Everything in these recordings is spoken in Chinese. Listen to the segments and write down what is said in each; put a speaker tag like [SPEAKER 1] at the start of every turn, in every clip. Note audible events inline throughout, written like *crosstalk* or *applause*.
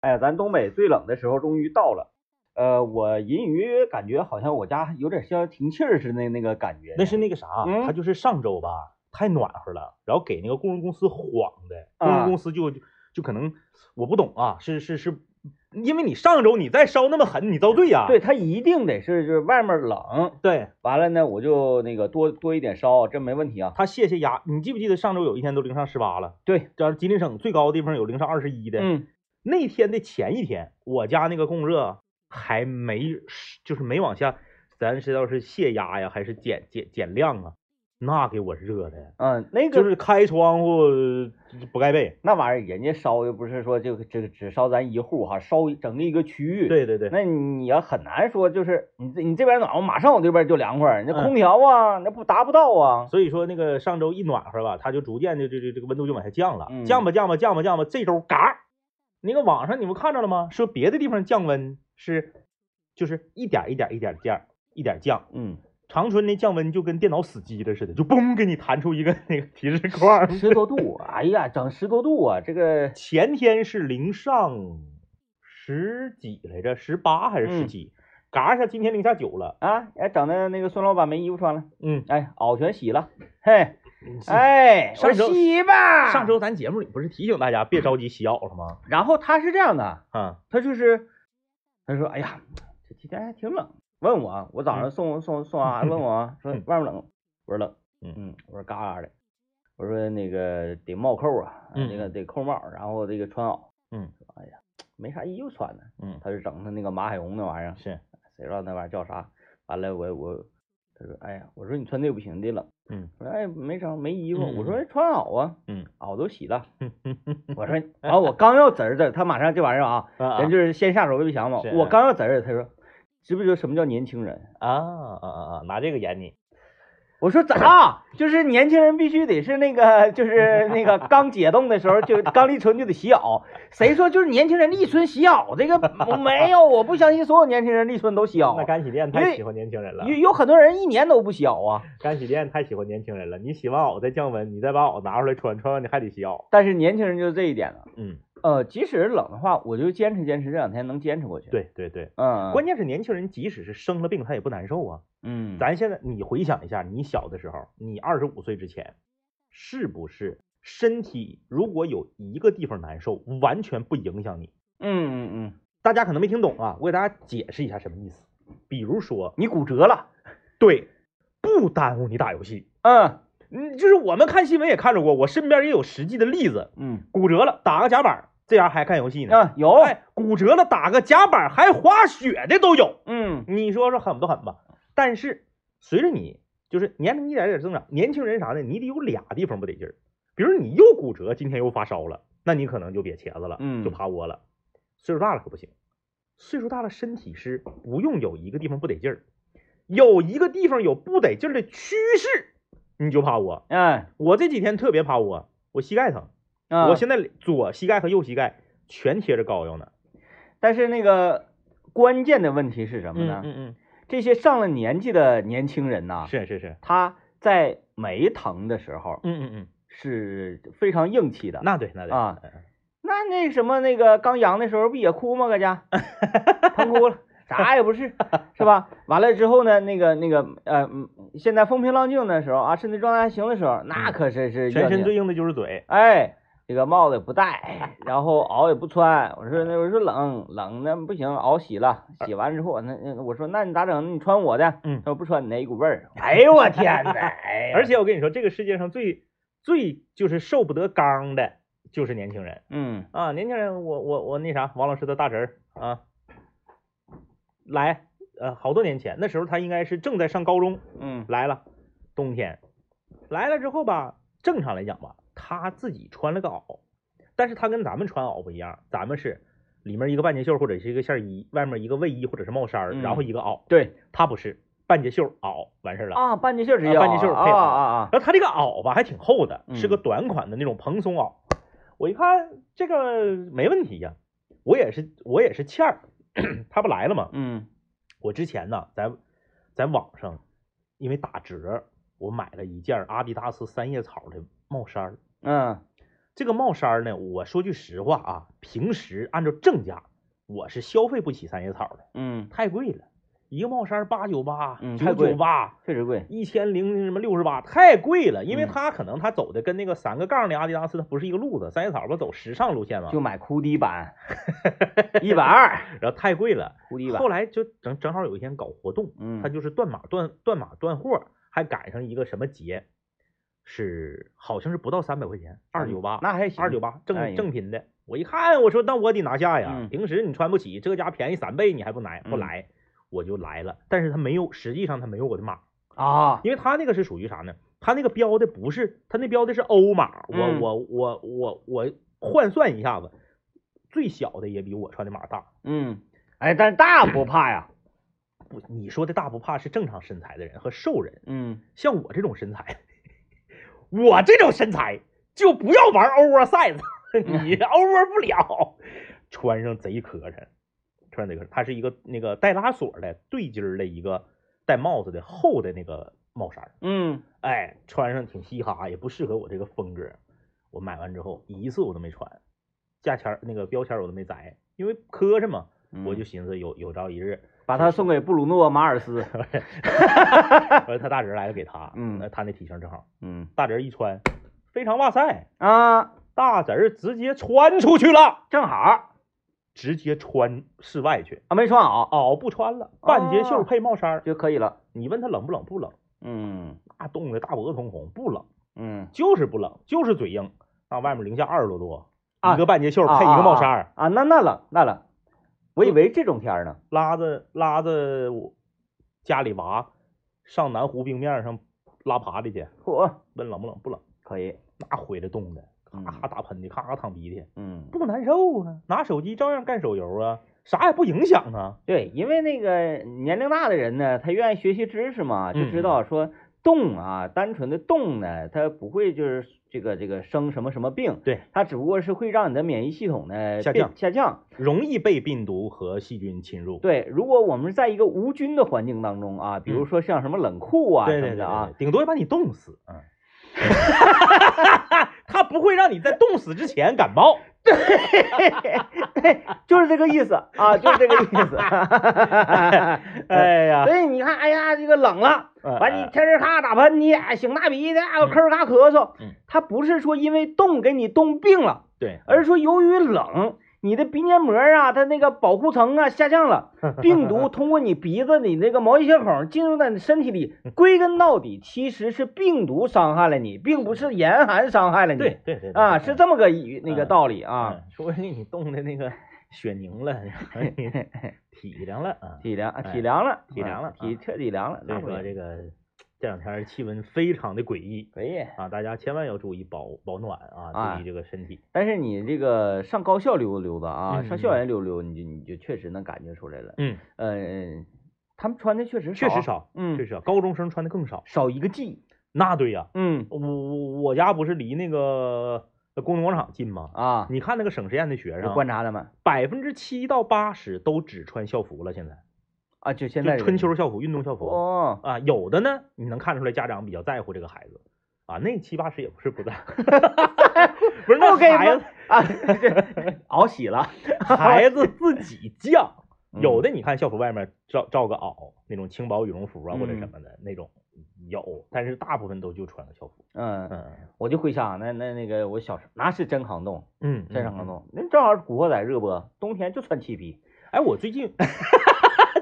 [SPEAKER 1] 哎呀，咱东北最冷的时候终于到了。呃，我银鱼感觉好像我家有点像停气儿似的那那个感觉。
[SPEAKER 2] 那是那个啥，
[SPEAKER 1] 嗯
[SPEAKER 2] 他就是上周吧，太暖和了，然后给那个雇佣公司晃的，雇佣
[SPEAKER 1] 啊
[SPEAKER 2] 公司就就就可能我不懂啊，是是是，因为你上周你再烧那么狠，你遭罪呀、
[SPEAKER 1] 对，它一定得是就是外面冷，
[SPEAKER 2] 对，
[SPEAKER 1] 完了呢我就那个多多一点烧，这没问题啊。
[SPEAKER 2] 他泄泄压，你记不记得上周有一天都零上十八了？
[SPEAKER 1] 对，
[SPEAKER 2] 这吉林省最高的地方有零上二十一的，
[SPEAKER 1] 嗯
[SPEAKER 2] 那天的前一天，我家那个供热还没，就是没往下，咱是要是泄压呀，还是减减减量啊？那给我热的，
[SPEAKER 1] 嗯，那个、
[SPEAKER 2] 就是开窗户呃不盖被。
[SPEAKER 1] 那玩意儿，人家烧又不是说就只只烧咱一户哈，烧整个一个区域。，
[SPEAKER 2] 对对对，
[SPEAKER 1] 那你要很难说就是你这你这边暖和，马上我这边就凉快，那
[SPEAKER 2] 嗯
[SPEAKER 1] 空调啊，那不达不到啊。
[SPEAKER 2] 所以说那个上周一暖和吧，它就逐渐的这这这个温度就往下降了，
[SPEAKER 1] 嗯
[SPEAKER 2] 降吧降吧降吧降吧，这周嘎，那个网上你们看着了吗？说别的地方降温是就是一点一点一点降，一点降，
[SPEAKER 1] 嗯，
[SPEAKER 2] 长春那降温就跟电脑死机了似的，就嘣给你弹出一个那个提示框。
[SPEAKER 1] 十多度，哎呀，整十多度啊，这个
[SPEAKER 2] 前天是零上十几来着，十八还是
[SPEAKER 1] 嗯
[SPEAKER 2] 十几？嘎一下，今天零下九了。
[SPEAKER 1] 啊，哎，整的那个孙老板没衣服穿了，
[SPEAKER 2] 嗯，
[SPEAKER 1] 哎，袄全洗了，嘿，哎，
[SPEAKER 2] 上周
[SPEAKER 1] 我洗吧。
[SPEAKER 2] 上周咱节目里不是提醒大家别着急洗袄了吗？
[SPEAKER 1] 然后他是这样的，
[SPEAKER 2] 啊，
[SPEAKER 1] 他就是他说，哎呀，这今天还挺冷，问我啊，我早上送送送啊，问我
[SPEAKER 2] *laughs*
[SPEAKER 1] 啊说
[SPEAKER 2] 嗯
[SPEAKER 1] 外面冷，我说冷，
[SPEAKER 2] 嗯
[SPEAKER 1] 嗯，我说嘎嘎的，我说那个得帽扣啊，
[SPEAKER 2] 嗯
[SPEAKER 1] 那个得扣帽，然后这个穿袄，
[SPEAKER 2] 嗯，
[SPEAKER 1] 哎呀，没啥衣服穿呢，
[SPEAKER 2] 嗯，
[SPEAKER 1] 他就整他那个马海红那玩意儿，
[SPEAKER 2] 是，
[SPEAKER 1] 谁知道那玩意儿叫啥？完了我我他说，哎呀，我说你穿这不行，得冷。
[SPEAKER 2] 嗯，
[SPEAKER 1] 我说哎，没整，没衣服。
[SPEAKER 2] 嗯
[SPEAKER 1] 我说穿袄啊，
[SPEAKER 2] 嗯，
[SPEAKER 1] 袄都洗
[SPEAKER 2] *laughs*
[SPEAKER 1] 了。
[SPEAKER 2] 哼哼哼
[SPEAKER 1] 我说，然后我刚要滋儿滋儿，他马上这玩意儿啊，
[SPEAKER 2] 啊
[SPEAKER 1] 人就是先下手为强嘛。
[SPEAKER 2] 是
[SPEAKER 1] 我刚要滋儿，他说，知不知道什么叫年轻人？
[SPEAKER 2] 啊啊啊啊！拿这个演你，
[SPEAKER 1] 我说咋、啊？就是年轻人必须得是那个，就是那
[SPEAKER 2] *laughs*
[SPEAKER 1] 个刚解冻的时候，就刚立春就得洗袄。谁说就是年轻人立春洗袄？这个我没有，我不相信所有年轻人立春都洗
[SPEAKER 2] *laughs* 那
[SPEAKER 1] 袄。
[SPEAKER 2] 干洗店
[SPEAKER 1] 哦因
[SPEAKER 2] 太
[SPEAKER 1] 为
[SPEAKER 2] 喜欢年轻人了
[SPEAKER 1] 有，有很多人一年都不洗袄啊，
[SPEAKER 2] 干洗店太喜欢年轻人了。你洗完袄再降温，你再把袄拿出来穿，穿完你还得洗袄。
[SPEAKER 1] 但是年轻人就是这一点了。
[SPEAKER 2] 嗯，
[SPEAKER 1] 呃，即使冷的话，我就坚持坚持，这两天能坚持过去。，
[SPEAKER 2] 对对对，
[SPEAKER 1] 嗯，
[SPEAKER 2] 关键是年轻人即使是生了病，他也不难受啊。
[SPEAKER 1] 嗯，
[SPEAKER 2] 咱现在你回想一下，你小的时候，你二十五岁之前，是不是身体如果有一个地方难受，完全不影响你？
[SPEAKER 1] 嗯嗯嗯，
[SPEAKER 2] 大家可能没听懂啊，我给大家解释一下什么意思。比如说，
[SPEAKER 1] 你骨折了，
[SPEAKER 2] 对，不耽误你打游戏。
[SPEAKER 1] 嗯
[SPEAKER 2] 嗯，就是我们看新闻也看着过，我身边也有实际的例子，
[SPEAKER 1] 嗯
[SPEAKER 2] 骨折了打个夹板，这样还看游戏呢。
[SPEAKER 1] 啊有，
[SPEAKER 2] 哎，骨折了打个夹板还滑雪的都有。
[SPEAKER 1] 嗯
[SPEAKER 2] 你说说狠不狠吧？但是随着你就是年龄一点点增长，年轻人啥的，你得有俩地方不得劲儿。比如你又骨折，今天又发烧了，那你可能就瘪茄子了，
[SPEAKER 1] 嗯
[SPEAKER 2] 就趴窝了。岁数大了可不行，岁数大了身体是不用有一个地方不得劲儿，有一个地方有不得劲儿的趋势，你就趴窝。
[SPEAKER 1] 哎
[SPEAKER 2] 我这几天特别趴窝，我膝盖疼，
[SPEAKER 1] 啊，
[SPEAKER 2] 我现在左膝盖和右膝盖全贴着膏药呢。
[SPEAKER 1] 但是那个关键的问题是什么呢？
[SPEAKER 2] 嗯
[SPEAKER 1] 这些上了年纪的年轻人呐、
[SPEAKER 2] 嗯，是是是，
[SPEAKER 1] 他在没疼的时候
[SPEAKER 2] 嗯嗯嗯，
[SPEAKER 1] 是非常硬气的。
[SPEAKER 2] 那对嗯那对
[SPEAKER 1] 啊，那那什么那个刚阳的时候不也哭吗？搁
[SPEAKER 2] *laughs*
[SPEAKER 1] 家疼哭了，啥也不是，是吧？完了之后呢，那个那个呃，嗯现在风平浪静的时候啊，身体状态还行的时候，那可真是
[SPEAKER 2] 嗯全
[SPEAKER 1] 热
[SPEAKER 2] 身
[SPEAKER 1] 情
[SPEAKER 2] 最硬的就是 *laughs* 嘴。
[SPEAKER 1] 哎，这个帽子也不戴，然
[SPEAKER 2] *laughs*
[SPEAKER 1] 后袄也不穿。我说那我说冷冷那不行，袄洗了，洗完之后那那我说那你咋整？你穿我的，
[SPEAKER 2] 嗯
[SPEAKER 1] 他说不穿你那一股味儿。哎呦我
[SPEAKER 2] *laughs*
[SPEAKER 1] 天哪！哎呀
[SPEAKER 2] 而且我跟你说，这个世界上最最就是受不得刚的，就是年轻人
[SPEAKER 1] 嗯
[SPEAKER 2] 啊！年轻人，我我我那啥，王老师的大侄儿啊，来，呃，好多年前，那时候他应该是正在上高中，
[SPEAKER 1] 嗯
[SPEAKER 2] 来了，冬天来了之后吧，正常来讲吧，他自己穿了个袄，但是他跟咱们穿袄不一样，咱们是里面一个半截袖或者是一个线衣，外面一个卫衣或者是帽衫儿，
[SPEAKER 1] 嗯
[SPEAKER 2] 然后一个袄，
[SPEAKER 1] 对
[SPEAKER 2] 他不是半截袖袄完事儿了。
[SPEAKER 1] 啊，半截袖儿直接
[SPEAKER 2] 啊半截袖儿
[SPEAKER 1] 啊
[SPEAKER 2] 配
[SPEAKER 1] 啊
[SPEAKER 2] 袄
[SPEAKER 1] 啊！
[SPEAKER 2] 然后他这个袄吧还挺厚的，
[SPEAKER 1] 嗯
[SPEAKER 2] 是个短款的那种蓬松袄。我一看这个没问题呀、我也是我也是欠儿， *coughs* 他不来了吗？
[SPEAKER 1] 嗯
[SPEAKER 2] 我之前呢在在网上因为打折，我买了一件阿迪达斯三叶草的帽衫儿，
[SPEAKER 1] 嗯
[SPEAKER 2] 这个帽衫儿呢，我说句实话啊，平时按照正价，我是消费不起三叶草的，
[SPEAKER 1] 嗯，
[SPEAKER 2] 太贵了。一个帽衫八九八、
[SPEAKER 1] 嗯太
[SPEAKER 2] 九
[SPEAKER 1] 贵
[SPEAKER 2] 九八、
[SPEAKER 1] 确实贵，
[SPEAKER 2] 一千零什么六十八，太贵了。因为
[SPEAKER 1] 嗯
[SPEAKER 2] 它可能它走的跟那个三个杠的阿迪达斯它不是一个路子，三叶草不走时尚路线嘛，
[SPEAKER 1] 就买哭低版，一百二，
[SPEAKER 2] 然后太贵了。
[SPEAKER 1] 哭低版
[SPEAKER 2] 后。来就正正好有一天搞活动，
[SPEAKER 1] 嗯，
[SPEAKER 2] 他就是断码断断码断货，还赶上一个什么节，是好像是不到三百块钱，二九八，
[SPEAKER 1] 嗯那还行，
[SPEAKER 2] 二九八
[SPEAKER 1] 哎呀
[SPEAKER 2] 正正品的。我一看，我说那我得拿下呀，
[SPEAKER 1] 嗯
[SPEAKER 2] 平时你穿不起，这家便宜三倍，你还不来不
[SPEAKER 1] 嗯
[SPEAKER 2] 来，我就来了。但是他没有，实际上他没有我的码，
[SPEAKER 1] 啊，
[SPEAKER 2] 因为他那个是属于啥呢？他那个标的不是，他那标的是欧码，我、
[SPEAKER 1] 嗯
[SPEAKER 2] 我我我我换算一下子，最小的也比我穿的码大。
[SPEAKER 1] 嗯，哎，但是大不怕呀，
[SPEAKER 2] 不，你说的大不怕是正常身材的人和瘦人，
[SPEAKER 1] 嗯，
[SPEAKER 2] 像我这种身材，我这种身材就不要玩 oversize，你 over 不了，穿上贼磕碜，穿上贼磕碜。它是一个那个带拉锁的对襟儿的一个戴帽子的厚的那个帽衫儿，
[SPEAKER 1] 嗯，
[SPEAKER 2] 哎，穿上挺嘻哈，也不适合我这个风格。我买完之后一次我都没穿，价签儿那个标签儿我都没摘，因为磕碜嘛，
[SPEAKER 1] 嗯
[SPEAKER 2] 我就寻思有有朝一日。
[SPEAKER 1] 把它送给布鲁诺马尔
[SPEAKER 2] *laughs*
[SPEAKER 1] 斯，
[SPEAKER 2] 完了，他大侄儿来了给他，
[SPEAKER 1] 嗯
[SPEAKER 2] 呃他那体型正好，
[SPEAKER 1] 嗯
[SPEAKER 2] 大侄儿一穿，非常哇塞，
[SPEAKER 1] 啊，
[SPEAKER 2] 大侄儿直接穿出去了，
[SPEAKER 1] 正好
[SPEAKER 2] 直接穿室外去，
[SPEAKER 1] 啊，没穿好
[SPEAKER 2] 袄不穿了，半截袖
[SPEAKER 1] 哦
[SPEAKER 2] 配帽衫儿。
[SPEAKER 1] 就可以了，
[SPEAKER 2] 你问他冷不冷？不冷，
[SPEAKER 1] 嗯
[SPEAKER 2] 那冻得大脖子通红，不冷，
[SPEAKER 1] 嗯
[SPEAKER 2] 就是不冷，就是嘴硬。那外面零下二十多度，
[SPEAKER 1] 啊
[SPEAKER 2] 一个半截袖配一个帽衫儿，
[SPEAKER 1] 啊，那那冷那冷，我以为这种天儿呢，
[SPEAKER 2] 拉着拉着我家里娃上南湖冰面上拉爬的去，
[SPEAKER 1] 嚯，
[SPEAKER 2] 问冷不冷？不冷，
[SPEAKER 1] 可以，
[SPEAKER 2] 那回来冻的，咔
[SPEAKER 1] 嗯
[SPEAKER 2] 咔打喷嚏，咔咔淌鼻涕。
[SPEAKER 1] 嗯，
[SPEAKER 2] 不难受啊，拿手机照样干手游啊，啥也不影响啊。
[SPEAKER 1] 对，因为那个年龄大的人呢，他愿意学习知识嘛，就知
[SPEAKER 2] 嗯
[SPEAKER 1] 道说动啊，单纯的动呢，它不会就是这个这个生什么什么病，
[SPEAKER 2] 对，
[SPEAKER 1] 它只不过是会让你的免疫系统呢
[SPEAKER 2] 下
[SPEAKER 1] 变
[SPEAKER 2] 降
[SPEAKER 1] 下降。
[SPEAKER 2] 容易被病毒和细菌侵入。
[SPEAKER 1] 对，如果我们在一个无菌的环境当中啊，比如说像什么冷库啊
[SPEAKER 2] 嗯对
[SPEAKER 1] 什
[SPEAKER 2] 对
[SPEAKER 1] 么
[SPEAKER 2] 对
[SPEAKER 1] 的啊
[SPEAKER 2] 对，，顶多也把你冻死。嗯，它不会让你在冻死之前感冒。
[SPEAKER 1] *laughs* 就是这个意思啊，就是这个意思。
[SPEAKER 2] *laughs* *laughs* 哎呀，
[SPEAKER 1] 所以你看，哎呀，这个冷了，完你
[SPEAKER 2] 哎
[SPEAKER 1] 天儿咔打喷嚏，哎擤大鼻涕，哎呦，
[SPEAKER 2] 嗯
[SPEAKER 1] 咳咔咳嗽
[SPEAKER 2] 嗯，
[SPEAKER 1] 它不是说因为冻给你冻病了，
[SPEAKER 2] 对，
[SPEAKER 1] 而是说由于冷。你的鼻黏膜啊，它那个保护层啊下降
[SPEAKER 2] *laughs*
[SPEAKER 1] 了，病毒通过你鼻子、你那个毛细血孔进入到你身体里，
[SPEAKER 2] 嗯
[SPEAKER 1] 归根到底其实是病毒伤害了你，并不是严寒伤害了你。
[SPEAKER 2] 对对对
[SPEAKER 1] 啊，是这么个一那个
[SPEAKER 2] 嗯
[SPEAKER 1] 道理啊。
[SPEAKER 2] 啊，说你冻的那个血凝了， *laughs* 你体凉了啊。
[SPEAKER 1] 体凉，
[SPEAKER 2] 哎
[SPEAKER 1] 体凉了，
[SPEAKER 2] 体凉了
[SPEAKER 1] 啊体
[SPEAKER 2] 啊
[SPEAKER 1] 彻底凉了。
[SPEAKER 2] 所以说这个这两天气温非常的诡异
[SPEAKER 1] 可以，
[SPEAKER 2] 啊，大家千万要注意保保暖啊，
[SPEAKER 1] 哎
[SPEAKER 2] 注意这个身体。
[SPEAKER 1] 但是你这个上高校溜达溜达啊，
[SPEAKER 2] 嗯
[SPEAKER 1] 上校园溜达溜达，你就你就确实能感觉出来了。
[SPEAKER 2] 嗯，
[SPEAKER 1] 呃，他们穿的确实
[SPEAKER 2] 确实
[SPEAKER 1] 啊，
[SPEAKER 2] 少，
[SPEAKER 1] 嗯
[SPEAKER 2] 确实少，高中生穿的更少。
[SPEAKER 1] 少一个 G。
[SPEAKER 2] 那对呀、
[SPEAKER 1] 嗯
[SPEAKER 2] 我我我家不是离那个呃工农广场近吗？
[SPEAKER 1] 啊，
[SPEAKER 2] 你看那个省实验的学
[SPEAKER 1] 我
[SPEAKER 2] 生，
[SPEAKER 1] 观察他们
[SPEAKER 2] 百分之七到八十都只穿校服了，现在
[SPEAKER 1] 啊，就现在这
[SPEAKER 2] 就春
[SPEAKER 1] 个
[SPEAKER 2] 秋校服、运动校服、
[SPEAKER 1] 哦，
[SPEAKER 2] 啊，有的呢，你能看出来家长比较在乎这个孩子啊，那七八十也不是不在乎，
[SPEAKER 1] *laughs*
[SPEAKER 2] 不是那
[SPEAKER 1] OK
[SPEAKER 2] 孩子
[SPEAKER 1] 啊， *laughs*
[SPEAKER 2] *laughs*
[SPEAKER 1] 这熬洗了。
[SPEAKER 2] 孩子自己犟。有
[SPEAKER 1] 的
[SPEAKER 2] 的你看校服外面罩罩个袄，那种轻薄羽绒服啊或者
[SPEAKER 1] 嗯
[SPEAKER 2] 什么的、那种有，但是大部分都就穿个校服。
[SPEAKER 1] 嗯，
[SPEAKER 2] 嗯
[SPEAKER 1] 我就回想那那那个我小时候那是真抗冻，
[SPEAKER 2] 嗯，
[SPEAKER 1] 真是
[SPEAKER 2] 嗯
[SPEAKER 1] 抗冻。那正好是《古惑仔》热播，冬天就穿漆皮。
[SPEAKER 2] 哎，我最近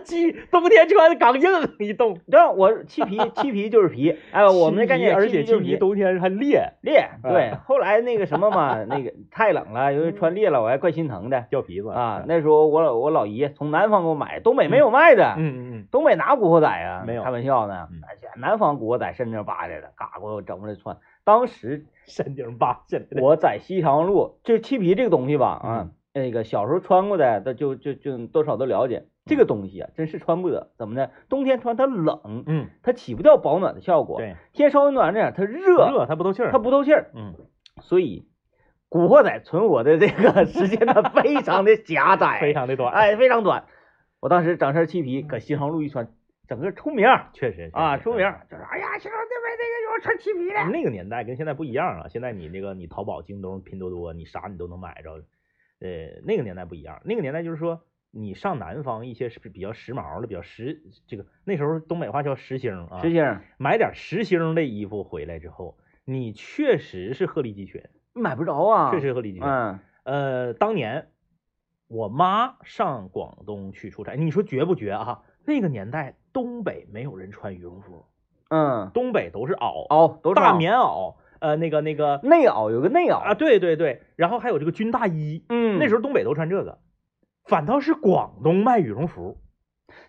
[SPEAKER 2] 鸡冬天穿刚硬一冻，
[SPEAKER 1] 对，我漆皮，漆皮就是皮。哎，
[SPEAKER 2] 呃
[SPEAKER 1] 我们的概念，
[SPEAKER 2] 而
[SPEAKER 1] 漆皮
[SPEAKER 2] 且鸡皮
[SPEAKER 1] 就是皮
[SPEAKER 2] 冬天还裂
[SPEAKER 1] 裂。对
[SPEAKER 2] 嗯，
[SPEAKER 1] 后来那个什么嘛，那
[SPEAKER 2] *laughs*
[SPEAKER 1] 个太冷了，由于穿裂了，我还怪心疼的
[SPEAKER 2] 掉皮子
[SPEAKER 1] 啊。那时候我老我老姨从南方给我买，东北没有卖的。
[SPEAKER 2] 嗯嗯
[SPEAKER 1] 东北哪有古惑仔啊？
[SPEAKER 2] 没有
[SPEAKER 1] 开玩笑呢
[SPEAKER 2] 嗯。
[SPEAKER 1] 哎呀南方古惑仔身上扒来的，嘎给我整过来穿。当时
[SPEAKER 2] 嗯，山顶八下来的，
[SPEAKER 1] 我在西长路，就是漆皮这个东西吧，啊
[SPEAKER 2] 嗯，
[SPEAKER 1] 那个小时候穿过的，都就就就多少都了
[SPEAKER 2] 嗯
[SPEAKER 1] 解。这个东西啊，真是穿不得。怎么的？冬天穿它冷，
[SPEAKER 2] 嗯，
[SPEAKER 1] 它起不到保暖的效果。
[SPEAKER 2] 对，
[SPEAKER 1] 天稍微暖点儿，它热，
[SPEAKER 2] 热它不透气儿，
[SPEAKER 1] 它不透气儿，
[SPEAKER 2] 嗯，
[SPEAKER 1] 所以《古惑仔》存我的这
[SPEAKER 2] *laughs*
[SPEAKER 1] 个时间呢，非常的狭窄，哎
[SPEAKER 2] 非常的短，
[SPEAKER 1] 哎，非常短。我当时整身漆皮，搁西长路一穿，整个出名儿
[SPEAKER 2] 确实
[SPEAKER 1] 啊，出名
[SPEAKER 2] 儿。
[SPEAKER 1] 儿就是哎呀，小这边那个有穿漆皮的，
[SPEAKER 2] 那个年代跟现在不一样啊，现在你那个你淘宝、京东、拼多多，你啥你都能买着。呃，那个年代不一样，那个年代就是说你上南方一些是比较时髦的、比较时这个那时候东北话叫时兴啊，
[SPEAKER 1] 石星
[SPEAKER 2] 买点时兴的衣服回来之后，你确实是鹤立鸡群，
[SPEAKER 1] 买不着啊，
[SPEAKER 2] 确实鹤立鸡群。
[SPEAKER 1] 嗯，
[SPEAKER 2] 呃，当年我妈上广东去出差，你说绝不绝啊？那个年代东北没有人穿羽绒服，
[SPEAKER 1] 嗯，
[SPEAKER 2] 东北都是袄，
[SPEAKER 1] 袄都是
[SPEAKER 2] 大
[SPEAKER 1] 袄
[SPEAKER 2] 棉袄，呃，那个那个
[SPEAKER 1] 内袄有个内袄
[SPEAKER 2] 啊，，对对对，然后还有这个军大衣，
[SPEAKER 1] 嗯，
[SPEAKER 2] 那时
[SPEAKER 1] 候
[SPEAKER 2] 候东北都穿这个，反倒是广东卖羽绒服，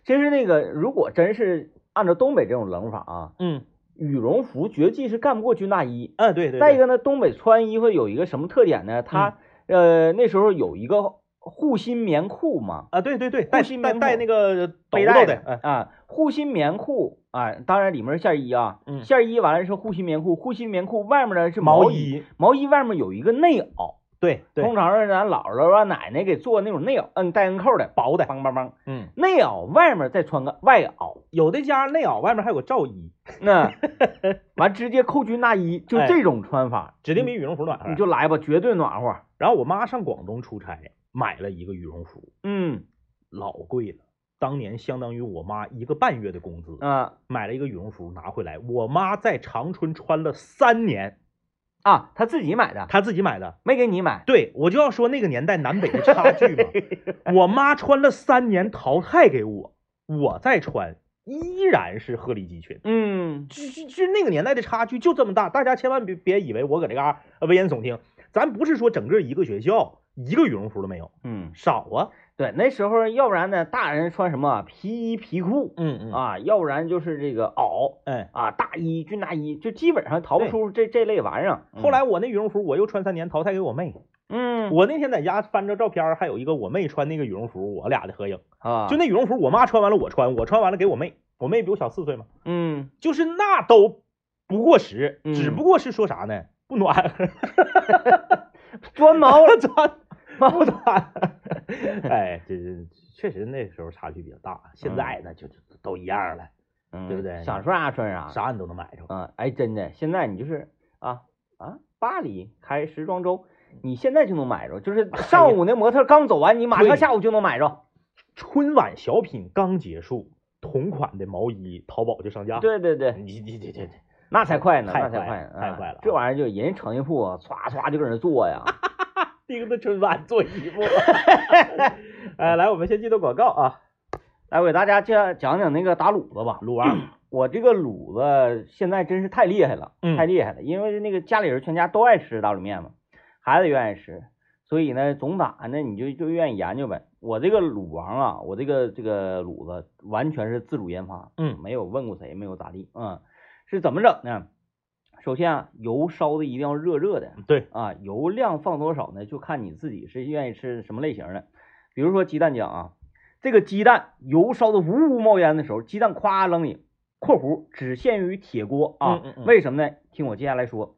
[SPEAKER 1] 其实那个如果真是按照东北这种冷法啊，
[SPEAKER 2] 嗯，
[SPEAKER 1] 羽绒服绝技是干不过军大衣。
[SPEAKER 2] 啊对对，
[SPEAKER 1] 再一
[SPEAKER 2] 个，
[SPEAKER 1] 个呢，东北穿衣服有一个什么特点呢？它
[SPEAKER 2] 嗯
[SPEAKER 1] 呃那时候有一个护心棉裤嘛，
[SPEAKER 2] 啊对对对，带
[SPEAKER 1] 心
[SPEAKER 2] 带
[SPEAKER 1] 棉
[SPEAKER 2] 带
[SPEAKER 1] 裤
[SPEAKER 2] 那个斗
[SPEAKER 1] 背
[SPEAKER 2] 斗
[SPEAKER 1] 带
[SPEAKER 2] 的，
[SPEAKER 1] 的
[SPEAKER 2] 哎，
[SPEAKER 1] 啊，护心棉裤啊，当然里面是线衣啊，
[SPEAKER 2] 嗯
[SPEAKER 1] 线衣完了是护心棉裤，护心棉裤外面呢是
[SPEAKER 2] 毛
[SPEAKER 1] 衣，
[SPEAKER 2] 衣，
[SPEAKER 1] 毛衣外面有一个内袄，
[SPEAKER 2] 对对
[SPEAKER 1] 通，常是咱姥姥啊奶奶给做那种内袄，嗯，带 N 扣的，
[SPEAKER 2] 薄的，
[SPEAKER 1] 梆梆梆，
[SPEAKER 2] 嗯，
[SPEAKER 1] 内袄外面再穿个外袄，
[SPEAKER 2] *laughs* 有的家内袄外面还有个罩衣，
[SPEAKER 1] 那完直接扣军大衣，就
[SPEAKER 2] 哎
[SPEAKER 1] 这种穿法，
[SPEAKER 2] 指定比羽绒服暖和
[SPEAKER 1] 嗯你。就来吧，绝对暖和，
[SPEAKER 2] 然后我妈上广东出差，买了一个羽绒服，
[SPEAKER 1] 嗯
[SPEAKER 2] 老贵了，当年相当于我妈一个半月的工资，
[SPEAKER 1] 啊
[SPEAKER 2] 买了一个羽绒服拿回来，我妈在长春穿了三年，
[SPEAKER 1] 啊，他自己买的，
[SPEAKER 2] 她自己买的。
[SPEAKER 1] 没给你买，
[SPEAKER 2] 对，我就要说那个年代南北的差距
[SPEAKER 1] *laughs*
[SPEAKER 2] 嘛。我妈穿了三年淘汰给我，我再穿依然是鹤立鸡群。
[SPEAKER 1] 嗯
[SPEAKER 2] 就就就那个年代的差距就这么大，大家千万别别以为我搁这嘎呃危言耸听，咱不是说整个一个学校一个羽绒服都没有，
[SPEAKER 1] 嗯。
[SPEAKER 2] 少啊。
[SPEAKER 1] 对，那时候要不然呢，大人穿什么啊皮衣皮裤
[SPEAKER 2] 嗯嗯
[SPEAKER 1] 啊，要不然就是这个袄
[SPEAKER 2] 哎，
[SPEAKER 1] 啊，大衣、军大衣，就基本上逃不出这这类玩意儿。
[SPEAKER 2] 后来我那羽绒服我又穿三年，淘汰给我妹。
[SPEAKER 1] 嗯，嗯，
[SPEAKER 2] 我那天在家翻着照片儿，还有一个我妹穿那个羽绒服，我俩的合影。
[SPEAKER 1] 啊，
[SPEAKER 2] 就那羽绒服，我妈穿完了我穿，我穿完了给我妹，我妹比我小四岁嘛，
[SPEAKER 1] 嗯，
[SPEAKER 2] 就是那都不过时，
[SPEAKER 1] 嗯
[SPEAKER 2] 只不过是说啥呢？不暖和，
[SPEAKER 1] *laughs* 钻毛
[SPEAKER 2] 我穿
[SPEAKER 1] 毛
[SPEAKER 2] 不暖。哎，这这确实那时候差距比较大，现在呢就就都一样了，对不对
[SPEAKER 1] 嗯想穿啥穿啥。
[SPEAKER 2] 啥你都能买着。
[SPEAKER 1] 啊，哎，真的，现在你就是啊啊，巴黎开时装周，
[SPEAKER 2] 嗯
[SPEAKER 1] 你现在就能买着，就是上午那模特刚走完，你马
[SPEAKER 2] 哎对
[SPEAKER 1] 上下午就能买着。
[SPEAKER 2] 春晚小品刚结束，同款的毛衣淘宝就上架。，
[SPEAKER 1] 对对对，
[SPEAKER 2] 你你这这这，
[SPEAKER 1] 那才快呢，
[SPEAKER 2] 啊嗯太
[SPEAKER 1] 那才
[SPEAKER 2] 快
[SPEAKER 1] 快
[SPEAKER 2] 了
[SPEAKER 1] 呢，
[SPEAKER 2] 太
[SPEAKER 1] 啊
[SPEAKER 2] 快了
[SPEAKER 1] 这玩意儿就人家成衣铺啊唰唰就搁那做呀。 *laughs*
[SPEAKER 2] 盯着春晚做衣服。哎，来，我们先记得广告啊，
[SPEAKER 1] 来，我给大家讲讲讲那个打卤子吧。
[SPEAKER 2] 鲁
[SPEAKER 1] *clears throat*
[SPEAKER 2] 王。
[SPEAKER 1] 我这个卤子现在真是太厉害了，
[SPEAKER 2] 嗯
[SPEAKER 1] 太厉害了，因为那个家里人全家都爱吃打卤面嘛，孩子也愿意吃，所以呢总打呢你就就愿意研究呗。我这个卤王啊，我这个这个卤子完全是自主研发，
[SPEAKER 2] 嗯
[SPEAKER 1] 没有问过谁，没有咋地，嗯，是怎么整呢？首先啊，油烧的一定要热热的，
[SPEAKER 2] 对，
[SPEAKER 1] 啊，油量放多少呢？就看你自己是愿意吃什么类型的。比如说鸡蛋酱啊，这个鸡蛋油烧的呜呜冒烟的时候，鸡蛋咵扔里（括弧只限于铁锅啊）
[SPEAKER 2] 嗯嗯嗯
[SPEAKER 1] 为什么呢？听我接下来说。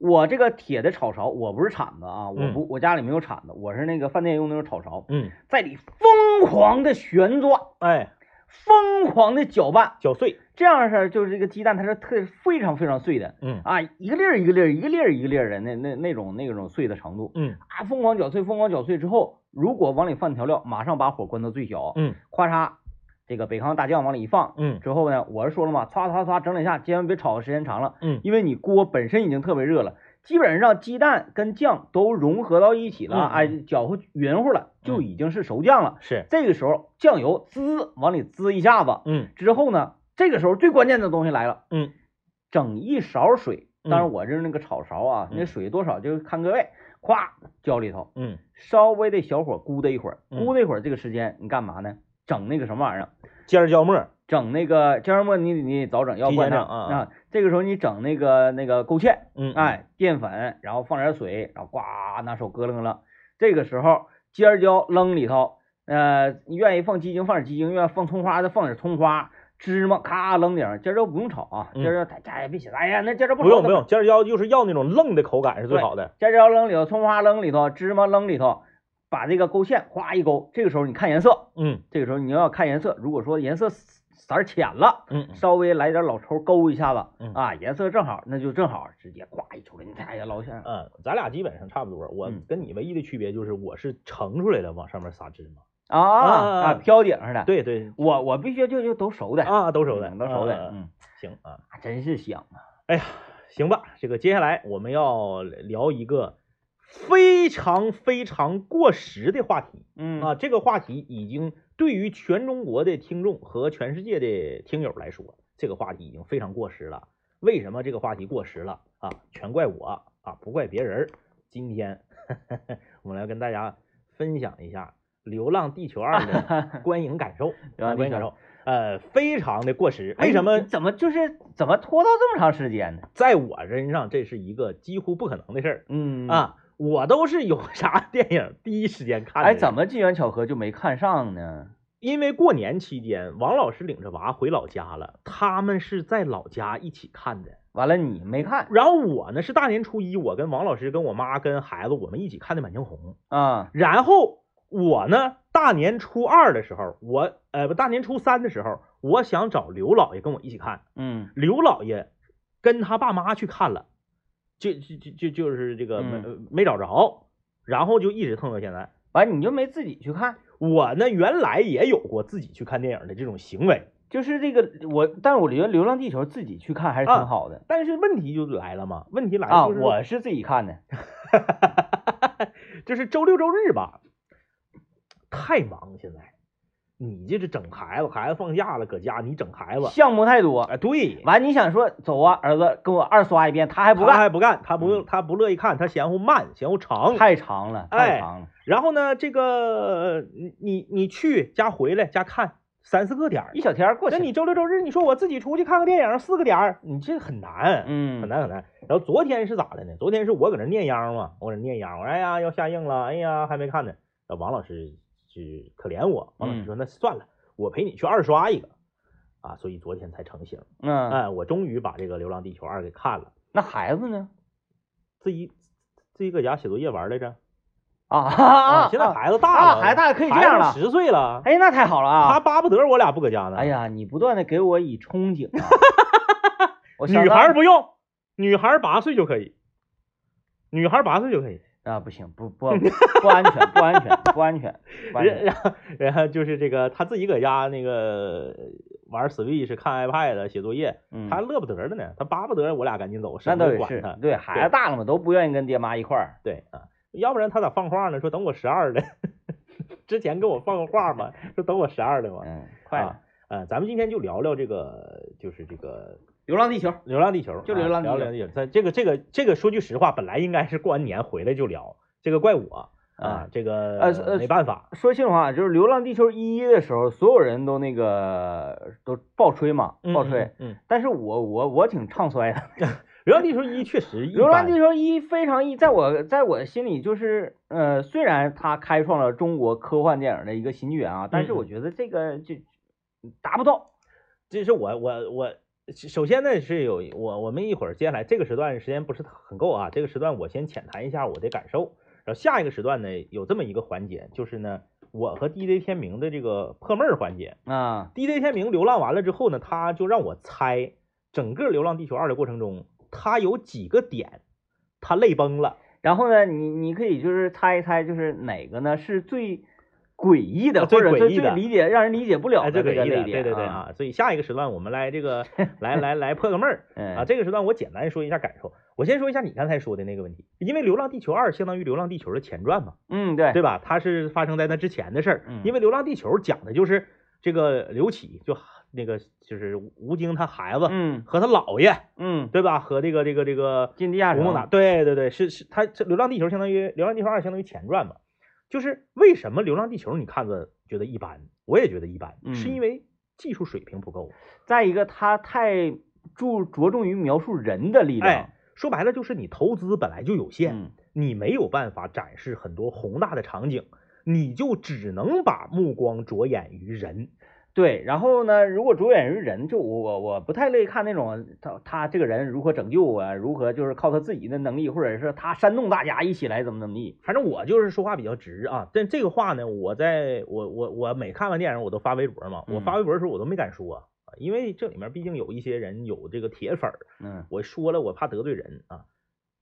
[SPEAKER 1] 我这个铁的炒勺，我不是铲子啊，我不，我家里没有铲子，我是那个饭店用那种炒勺，
[SPEAKER 2] 嗯，
[SPEAKER 1] 在里疯狂的旋转，
[SPEAKER 2] 哎，
[SPEAKER 1] 疯狂的搅拌，
[SPEAKER 2] 绞碎，
[SPEAKER 1] 这样式儿就是这个鸡蛋它是特非常非常碎的，
[SPEAKER 2] 嗯
[SPEAKER 1] 啊，一个粒儿一个粒儿一个粒儿一个粒儿的那那那种那种碎的程度
[SPEAKER 2] 嗯
[SPEAKER 1] 啊，疯狂搅碎，疯狂搅碎之后，如果往里放调料，马上把火关到最小，
[SPEAKER 2] 嗯
[SPEAKER 1] 咔嚓，这个北康大酱往里一放，
[SPEAKER 2] 嗯
[SPEAKER 1] 之后呢，我是说了嘛，唰唰唰整两下，千万别炒的时间长了，
[SPEAKER 2] 嗯
[SPEAKER 1] 因为你锅本身已经特别热了，基本上鸡蛋跟酱都融合到一起了，
[SPEAKER 2] 嗯嗯嗯
[SPEAKER 1] 哎，搅和匀乎了，就已经是熟酱了。
[SPEAKER 2] 是，
[SPEAKER 1] 这个时候酱油滋往里滋一下子，
[SPEAKER 2] 嗯
[SPEAKER 1] 之后呢，这个时候最关键的东西来了，
[SPEAKER 2] 嗯
[SPEAKER 1] 整一勺水，
[SPEAKER 2] 嗯
[SPEAKER 1] 当然我这是那个炒勺啊，
[SPEAKER 2] 嗯
[SPEAKER 1] 那水多少就看各位，咵浇里头，
[SPEAKER 2] 嗯
[SPEAKER 1] 稍微的小火咕的一会儿，
[SPEAKER 2] 嗯
[SPEAKER 1] 咕的一会儿，这个时间你干嘛呢？整那个什么玩意儿？
[SPEAKER 2] 尖儿椒末儿，
[SPEAKER 1] 整那个姜末你你早整，要
[SPEAKER 2] 提
[SPEAKER 1] 不然
[SPEAKER 2] 前
[SPEAKER 1] 呢
[SPEAKER 2] 整啊啊
[SPEAKER 1] 啊，这个时候你整那个那个勾芡，
[SPEAKER 2] 嗯，
[SPEAKER 1] 哎，淀粉，然后放点水，然后呱拿手咯楞咯楞，这个时候尖椒扔里头，呃，你愿意放鸡精放点鸡精，愿意放葱花再放点葱花，芝麻咔扔顶儿，尖椒不用炒啊，
[SPEAKER 2] 嗯
[SPEAKER 1] 尖椒大家也别写，哎呀，那尖椒
[SPEAKER 2] 不
[SPEAKER 1] 炒
[SPEAKER 2] 用不，用，尖儿椒就是要那种愣的口感是最好的。
[SPEAKER 1] 尖椒扔里头，葱花扔里头，芝麻扔里头，把这个勾芡哗一勾，这个时候你看颜色，
[SPEAKER 2] 嗯
[SPEAKER 1] 这个时候你要看颜色，如果说颜色色儿浅了，
[SPEAKER 2] 嗯
[SPEAKER 1] 稍微来点老抽勾一下子，
[SPEAKER 2] 嗯
[SPEAKER 1] 啊，颜色正好，那就正好，直接呱一出来，你看哎呀，老乡，
[SPEAKER 2] 嗯，咱俩基本上差不多。我
[SPEAKER 1] 嗯
[SPEAKER 2] 跟你唯一的区别就是我是盛出来了往上面撒芝麻。
[SPEAKER 1] 啊
[SPEAKER 2] 啊
[SPEAKER 1] 啊，飘顶上的，，
[SPEAKER 2] 对对
[SPEAKER 1] 我我必须就就都熟的，
[SPEAKER 2] 啊，都熟的，
[SPEAKER 1] 嗯都熟的，
[SPEAKER 2] 嗯，
[SPEAKER 1] 嗯，
[SPEAKER 2] 行啊，
[SPEAKER 1] 啊真是香啊，
[SPEAKER 2] 哎呀，行吧，这个接下来我们要聊一个非常非常过时的话题
[SPEAKER 1] 嗯
[SPEAKER 2] 啊，这个话题已经对于全中国的听众和全世界的听友来说，这个话题已经非常过时了。为什么这个话题过时了啊？全怪我啊，不怪别人儿。今天 *laughs* 我们来跟大家分享一下《流浪地球二》
[SPEAKER 1] *laughs*
[SPEAKER 2] 的观影感受，
[SPEAKER 1] 流浪
[SPEAKER 2] 啊
[SPEAKER 1] 地
[SPEAKER 2] 观影
[SPEAKER 1] 球
[SPEAKER 2] 感受，呃，非常的过时。为
[SPEAKER 1] 哎
[SPEAKER 2] 什么
[SPEAKER 1] 你怎么就是怎么拖到这么长时间呢？
[SPEAKER 2] 在我身上，这是一个几乎不可能的事儿、
[SPEAKER 1] 嗯，
[SPEAKER 2] 啊！我都是有啥 *laughs* 电影第一时间看的。
[SPEAKER 1] 哎，怎？么机缘巧合就没看上呢？
[SPEAKER 2] 因为过年期间，王老师领着娃回老家了，他们是在老家一起看的。
[SPEAKER 1] 完了你没看
[SPEAKER 2] 然后我呢是大年初一，我跟王老师、跟我妈、跟孩子，我们一起看的《满江红》。
[SPEAKER 1] 啊？
[SPEAKER 2] 然后我呢，大年初二的时候，我呃不，大年初三的时候，我想找刘老爷跟我一起看。
[SPEAKER 1] 嗯
[SPEAKER 2] 刘老爷跟他爸妈去看了，就就就就就是这个没、
[SPEAKER 1] 嗯
[SPEAKER 2] 没找着，然后就一直蹭到现在。
[SPEAKER 1] 完你就没自己去看，
[SPEAKER 2] 我呢，原来也有过自己去看电影的这种行为，
[SPEAKER 1] 就是这个我，但是我觉得《流浪地球》自己去看还是
[SPEAKER 2] 啊
[SPEAKER 1] 挺好的
[SPEAKER 2] 但是问题就来了嘛，问题来
[SPEAKER 1] 啊。
[SPEAKER 2] 了就是、
[SPEAKER 1] 我是自己看的，
[SPEAKER 2] 就是周六周日吧，太忙了现在，你这是整孩子，孩子放假了搁家，你整孩子，
[SPEAKER 1] 项目太多。
[SPEAKER 2] 哎，对，
[SPEAKER 1] 完你想说走啊，儿子跟我二刷一遍，他还不
[SPEAKER 2] 他
[SPEAKER 1] 干，
[SPEAKER 2] 还不干，他不、
[SPEAKER 1] 嗯
[SPEAKER 2] 他不乐意看，他嫌乎慢，嫌乎长，
[SPEAKER 1] 太长了，
[SPEAKER 2] 哎
[SPEAKER 1] 太长了，
[SPEAKER 2] 然后呢，这个你你你去家回来家看三四个点儿
[SPEAKER 1] 一，小天儿过去
[SPEAKER 2] 那
[SPEAKER 1] 了。
[SPEAKER 2] 你周六周日你说我自己出去看个电影四个点儿，你这很难，
[SPEAKER 1] 嗯，
[SPEAKER 2] 很难很难。然后昨天是咋的呢？昨天是我搁那念秧嘛，我搁那念秧，我说哎呀要下映了，哎呀还没看呢。呃王老师是可怜我，王老
[SPEAKER 1] 嗯
[SPEAKER 2] 师说那算了，我陪你去二刷一个啊，所以昨天才成型。
[SPEAKER 1] 嗯，
[SPEAKER 2] 哎，我终于把这个《流浪地球二》给看了，
[SPEAKER 1] 那孩子呢？
[SPEAKER 2] 自己自己搁家写作业玩来着。
[SPEAKER 1] 啊啊！
[SPEAKER 2] 现在
[SPEAKER 1] 啊
[SPEAKER 2] 孩子大
[SPEAKER 1] 啊
[SPEAKER 2] 了，
[SPEAKER 1] 孩子大了可以这样了
[SPEAKER 2] 十岁了。
[SPEAKER 1] 哎，那太好了啊！
[SPEAKER 2] 他巴不得我俩不搁家呢。
[SPEAKER 1] 哎，呀，你不断的给我以憧憬啊，我想
[SPEAKER 2] 女
[SPEAKER 1] 到
[SPEAKER 2] 孩儿不用，女孩儿八岁就可以，女孩儿八岁就可以。
[SPEAKER 1] 啊，不行，不不不安全，不安全，不安全，不安
[SPEAKER 2] 然
[SPEAKER 1] 全。
[SPEAKER 2] 然后然后就是这个，他自己搁家那个呃玩 Switch、看 iPad、写作业，
[SPEAKER 1] 嗯，
[SPEAKER 2] 他乐不得的呢，他巴不得我俩赶紧走，
[SPEAKER 1] 那
[SPEAKER 2] 谁
[SPEAKER 1] 倒
[SPEAKER 2] 都
[SPEAKER 1] 也
[SPEAKER 2] 管
[SPEAKER 1] 是
[SPEAKER 2] 他，。
[SPEAKER 1] 对孩子大了嘛，都不愿意跟爹妈一块儿。
[SPEAKER 2] 对啊，要不然他咋放话呢？说等我十二了， *laughs* 之前给我放个话嘛，说等我十二了嘛。
[SPEAKER 1] 嗯，快了，
[SPEAKER 2] 啊呃，咱们今天就聊聊这个，就是这个
[SPEAKER 1] 流浪地球》
[SPEAKER 2] 《流浪地球》啊，
[SPEAKER 1] 就流浪地球
[SPEAKER 2] 流浪地球。咱这个这个这个，说句实话，本来应该是过完年回来就聊，这个怪我啊
[SPEAKER 1] 啊，
[SPEAKER 2] 这个
[SPEAKER 1] 呃呃
[SPEAKER 2] 没办法，
[SPEAKER 1] 说心里话，就是《流浪地球一》的时候，所有人都那个都爆吹嘛，
[SPEAKER 2] 嗯
[SPEAKER 1] 爆吹。。
[SPEAKER 2] 嗯，嗯《
[SPEAKER 1] 但是我我我挺唱衰的，《
[SPEAKER 2] 流浪地球一》确实一
[SPEAKER 1] 流浪地
[SPEAKER 2] 球
[SPEAKER 1] 球一》非常一，在我在我心里就是，呃，虽然它开创了中国科幻电影的一个新纪元啊，但是
[SPEAKER 2] 嗯嗯
[SPEAKER 1] 我觉得这个就达不到。
[SPEAKER 2] 这是我我我。首先呢是有我我们一会儿接下来这个时段时间不是很够啊，这个时段我先浅谈一下我的感受，然后下一个时段呢有这么一个环节，就是呢我和 DJ 天明的这个破闷儿环节，
[SPEAKER 1] 啊，
[SPEAKER 2] DJ 天明流浪完了之后呢，他就让我猜整个《流浪地球二》的过程中，他有几个点他泪崩了，
[SPEAKER 1] 然后呢，你你可以就是猜一猜，就是哪个呢是最诡异的，
[SPEAKER 2] 啊最
[SPEAKER 1] 或者
[SPEAKER 2] 诡
[SPEAKER 1] 最
[SPEAKER 2] 异
[SPEAKER 1] 最
[SPEAKER 2] 的
[SPEAKER 1] 理解让人理解不了
[SPEAKER 2] 哎，
[SPEAKER 1] 的
[SPEAKER 2] 这个
[SPEAKER 1] 这个
[SPEAKER 2] 意思
[SPEAKER 1] 类
[SPEAKER 2] 对
[SPEAKER 1] 别，
[SPEAKER 2] 对对
[SPEAKER 1] 啊，
[SPEAKER 2] 啊，所以下一个时段我们来这个来来来破个闷儿啊，
[SPEAKER 1] 嗯，
[SPEAKER 2] 这个时段我简单说一下感受，我先说一下你刚才说的那个问题，因为《流浪地球二》相当于《流浪地球》的前传嘛，
[SPEAKER 1] 嗯对，
[SPEAKER 2] 对吧？它是发生在那之前的事儿，
[SPEAKER 1] 嗯
[SPEAKER 2] 因为《流浪地球》讲的就是这个刘启就那个就是吴京他孩子
[SPEAKER 1] 嗯
[SPEAKER 2] 和他姥爷，
[SPEAKER 1] 嗯，
[SPEAKER 2] 对吧？和这个这个这个。
[SPEAKER 1] 进地下
[SPEAKER 2] 吴
[SPEAKER 1] 城
[SPEAKER 2] 孟达，对对对，是是，他这《流浪地球》相当于《流浪地球二》相当于前传嘛，就是为什么《流浪地球》你看着觉得一般，我也觉得一般，是
[SPEAKER 1] 嗯
[SPEAKER 2] 因为技术水平不够。
[SPEAKER 1] 再一个，他太注着重于描述人的力量
[SPEAKER 2] 哎，，说白了就是你投资本来就有限，
[SPEAKER 1] 嗯
[SPEAKER 2] 你没有办法展示很多宏大的场景，你就只能把目光着眼于人。
[SPEAKER 1] 对，然后呢，如果主演是人，就我我我不太乐意看那种他他这个人如何拯救啊，如何就是靠他自己的能力，或者是他煽动大家一起来怎么怎么地。
[SPEAKER 2] 反正我就是说话比较直啊，但这个话呢，我在我我我每看完电影我都发微博嘛，我发微博的时候我都没敢说、啊，因为这里面毕竟有一些人有这个铁粉儿，
[SPEAKER 1] 嗯
[SPEAKER 2] 我说了我怕得罪人啊，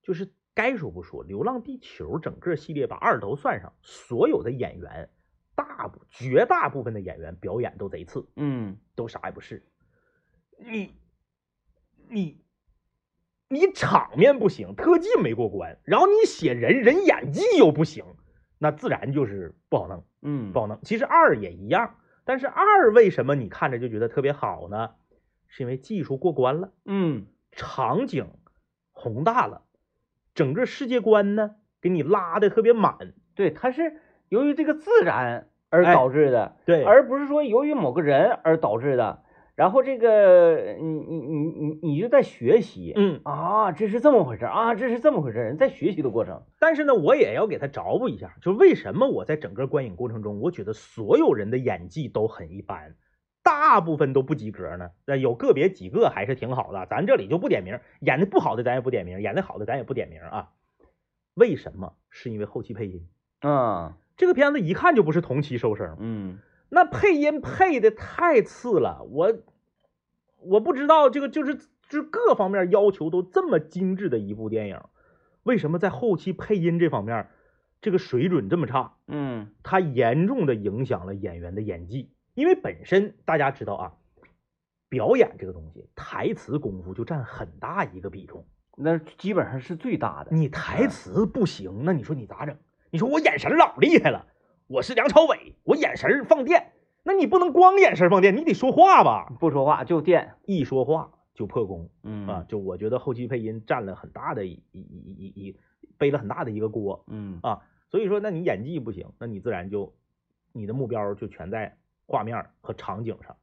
[SPEAKER 2] 就是该说不说，《流浪地球》整个系列把二头算上，所有的演员大部绝大部分的演员表演都贼次，
[SPEAKER 1] 嗯，
[SPEAKER 2] 都啥也不是，你你你场面不行，特技没过关，然后你写人人演技又不行，那自然就是不好弄，
[SPEAKER 1] 嗯
[SPEAKER 2] 不好弄。其实二也一样，但是二为什么你看着就觉得特别好呢？是因为技术过关了，
[SPEAKER 1] 嗯
[SPEAKER 2] 场景宏大了，整个世界观呢给你拉的特别满。
[SPEAKER 1] 对，他是由于这个自然而
[SPEAKER 2] 哎
[SPEAKER 1] 导致的，
[SPEAKER 2] 对而
[SPEAKER 1] 而不是说由于某个人而导致的。然后这个你你你你你就在学习。
[SPEAKER 2] 嗯，
[SPEAKER 1] 啊，这是这么回事儿啊，这是这么回事儿，你在学习的过程，
[SPEAKER 2] 但是呢，我也要给他着补一下，就为什么我在整个观影过程中，我觉得所有人的演技都很一般，大部分都不及格呢。那有个别几个还是挺好的，咱这里就不点名，演的不好的咱也不点名，演的好的咱也不点名啊。为什么？是因为后期配音，
[SPEAKER 1] 嗯
[SPEAKER 2] 这个片子一看就不是同期收声，
[SPEAKER 1] 嗯
[SPEAKER 2] 那配音配的太次了，我我不知道这个就是就是各方面要求都这么精致的一部电影，为什么在后期配音这方面这个水准这么差？
[SPEAKER 1] 嗯
[SPEAKER 2] 它严重的影响了演员的演技，因为本身大家知道啊，表演这个东西，台词功夫就占很大一个比重。
[SPEAKER 1] 那基本上是最大的。
[SPEAKER 2] 你台词不行，那你说你咋整？你说我眼神老厉害了，我是梁朝伟，我眼神放电，那你不能光眼神放电，你得说话吧？
[SPEAKER 1] 不说话就电，
[SPEAKER 2] 一说话就破功
[SPEAKER 1] 嗯
[SPEAKER 2] 啊！就我觉得后期配音占了很大的一一一一一背了很大的一个锅
[SPEAKER 1] 嗯
[SPEAKER 2] 啊，所以说那你演技不行，那你自然就你的目标就全在画面和场景上。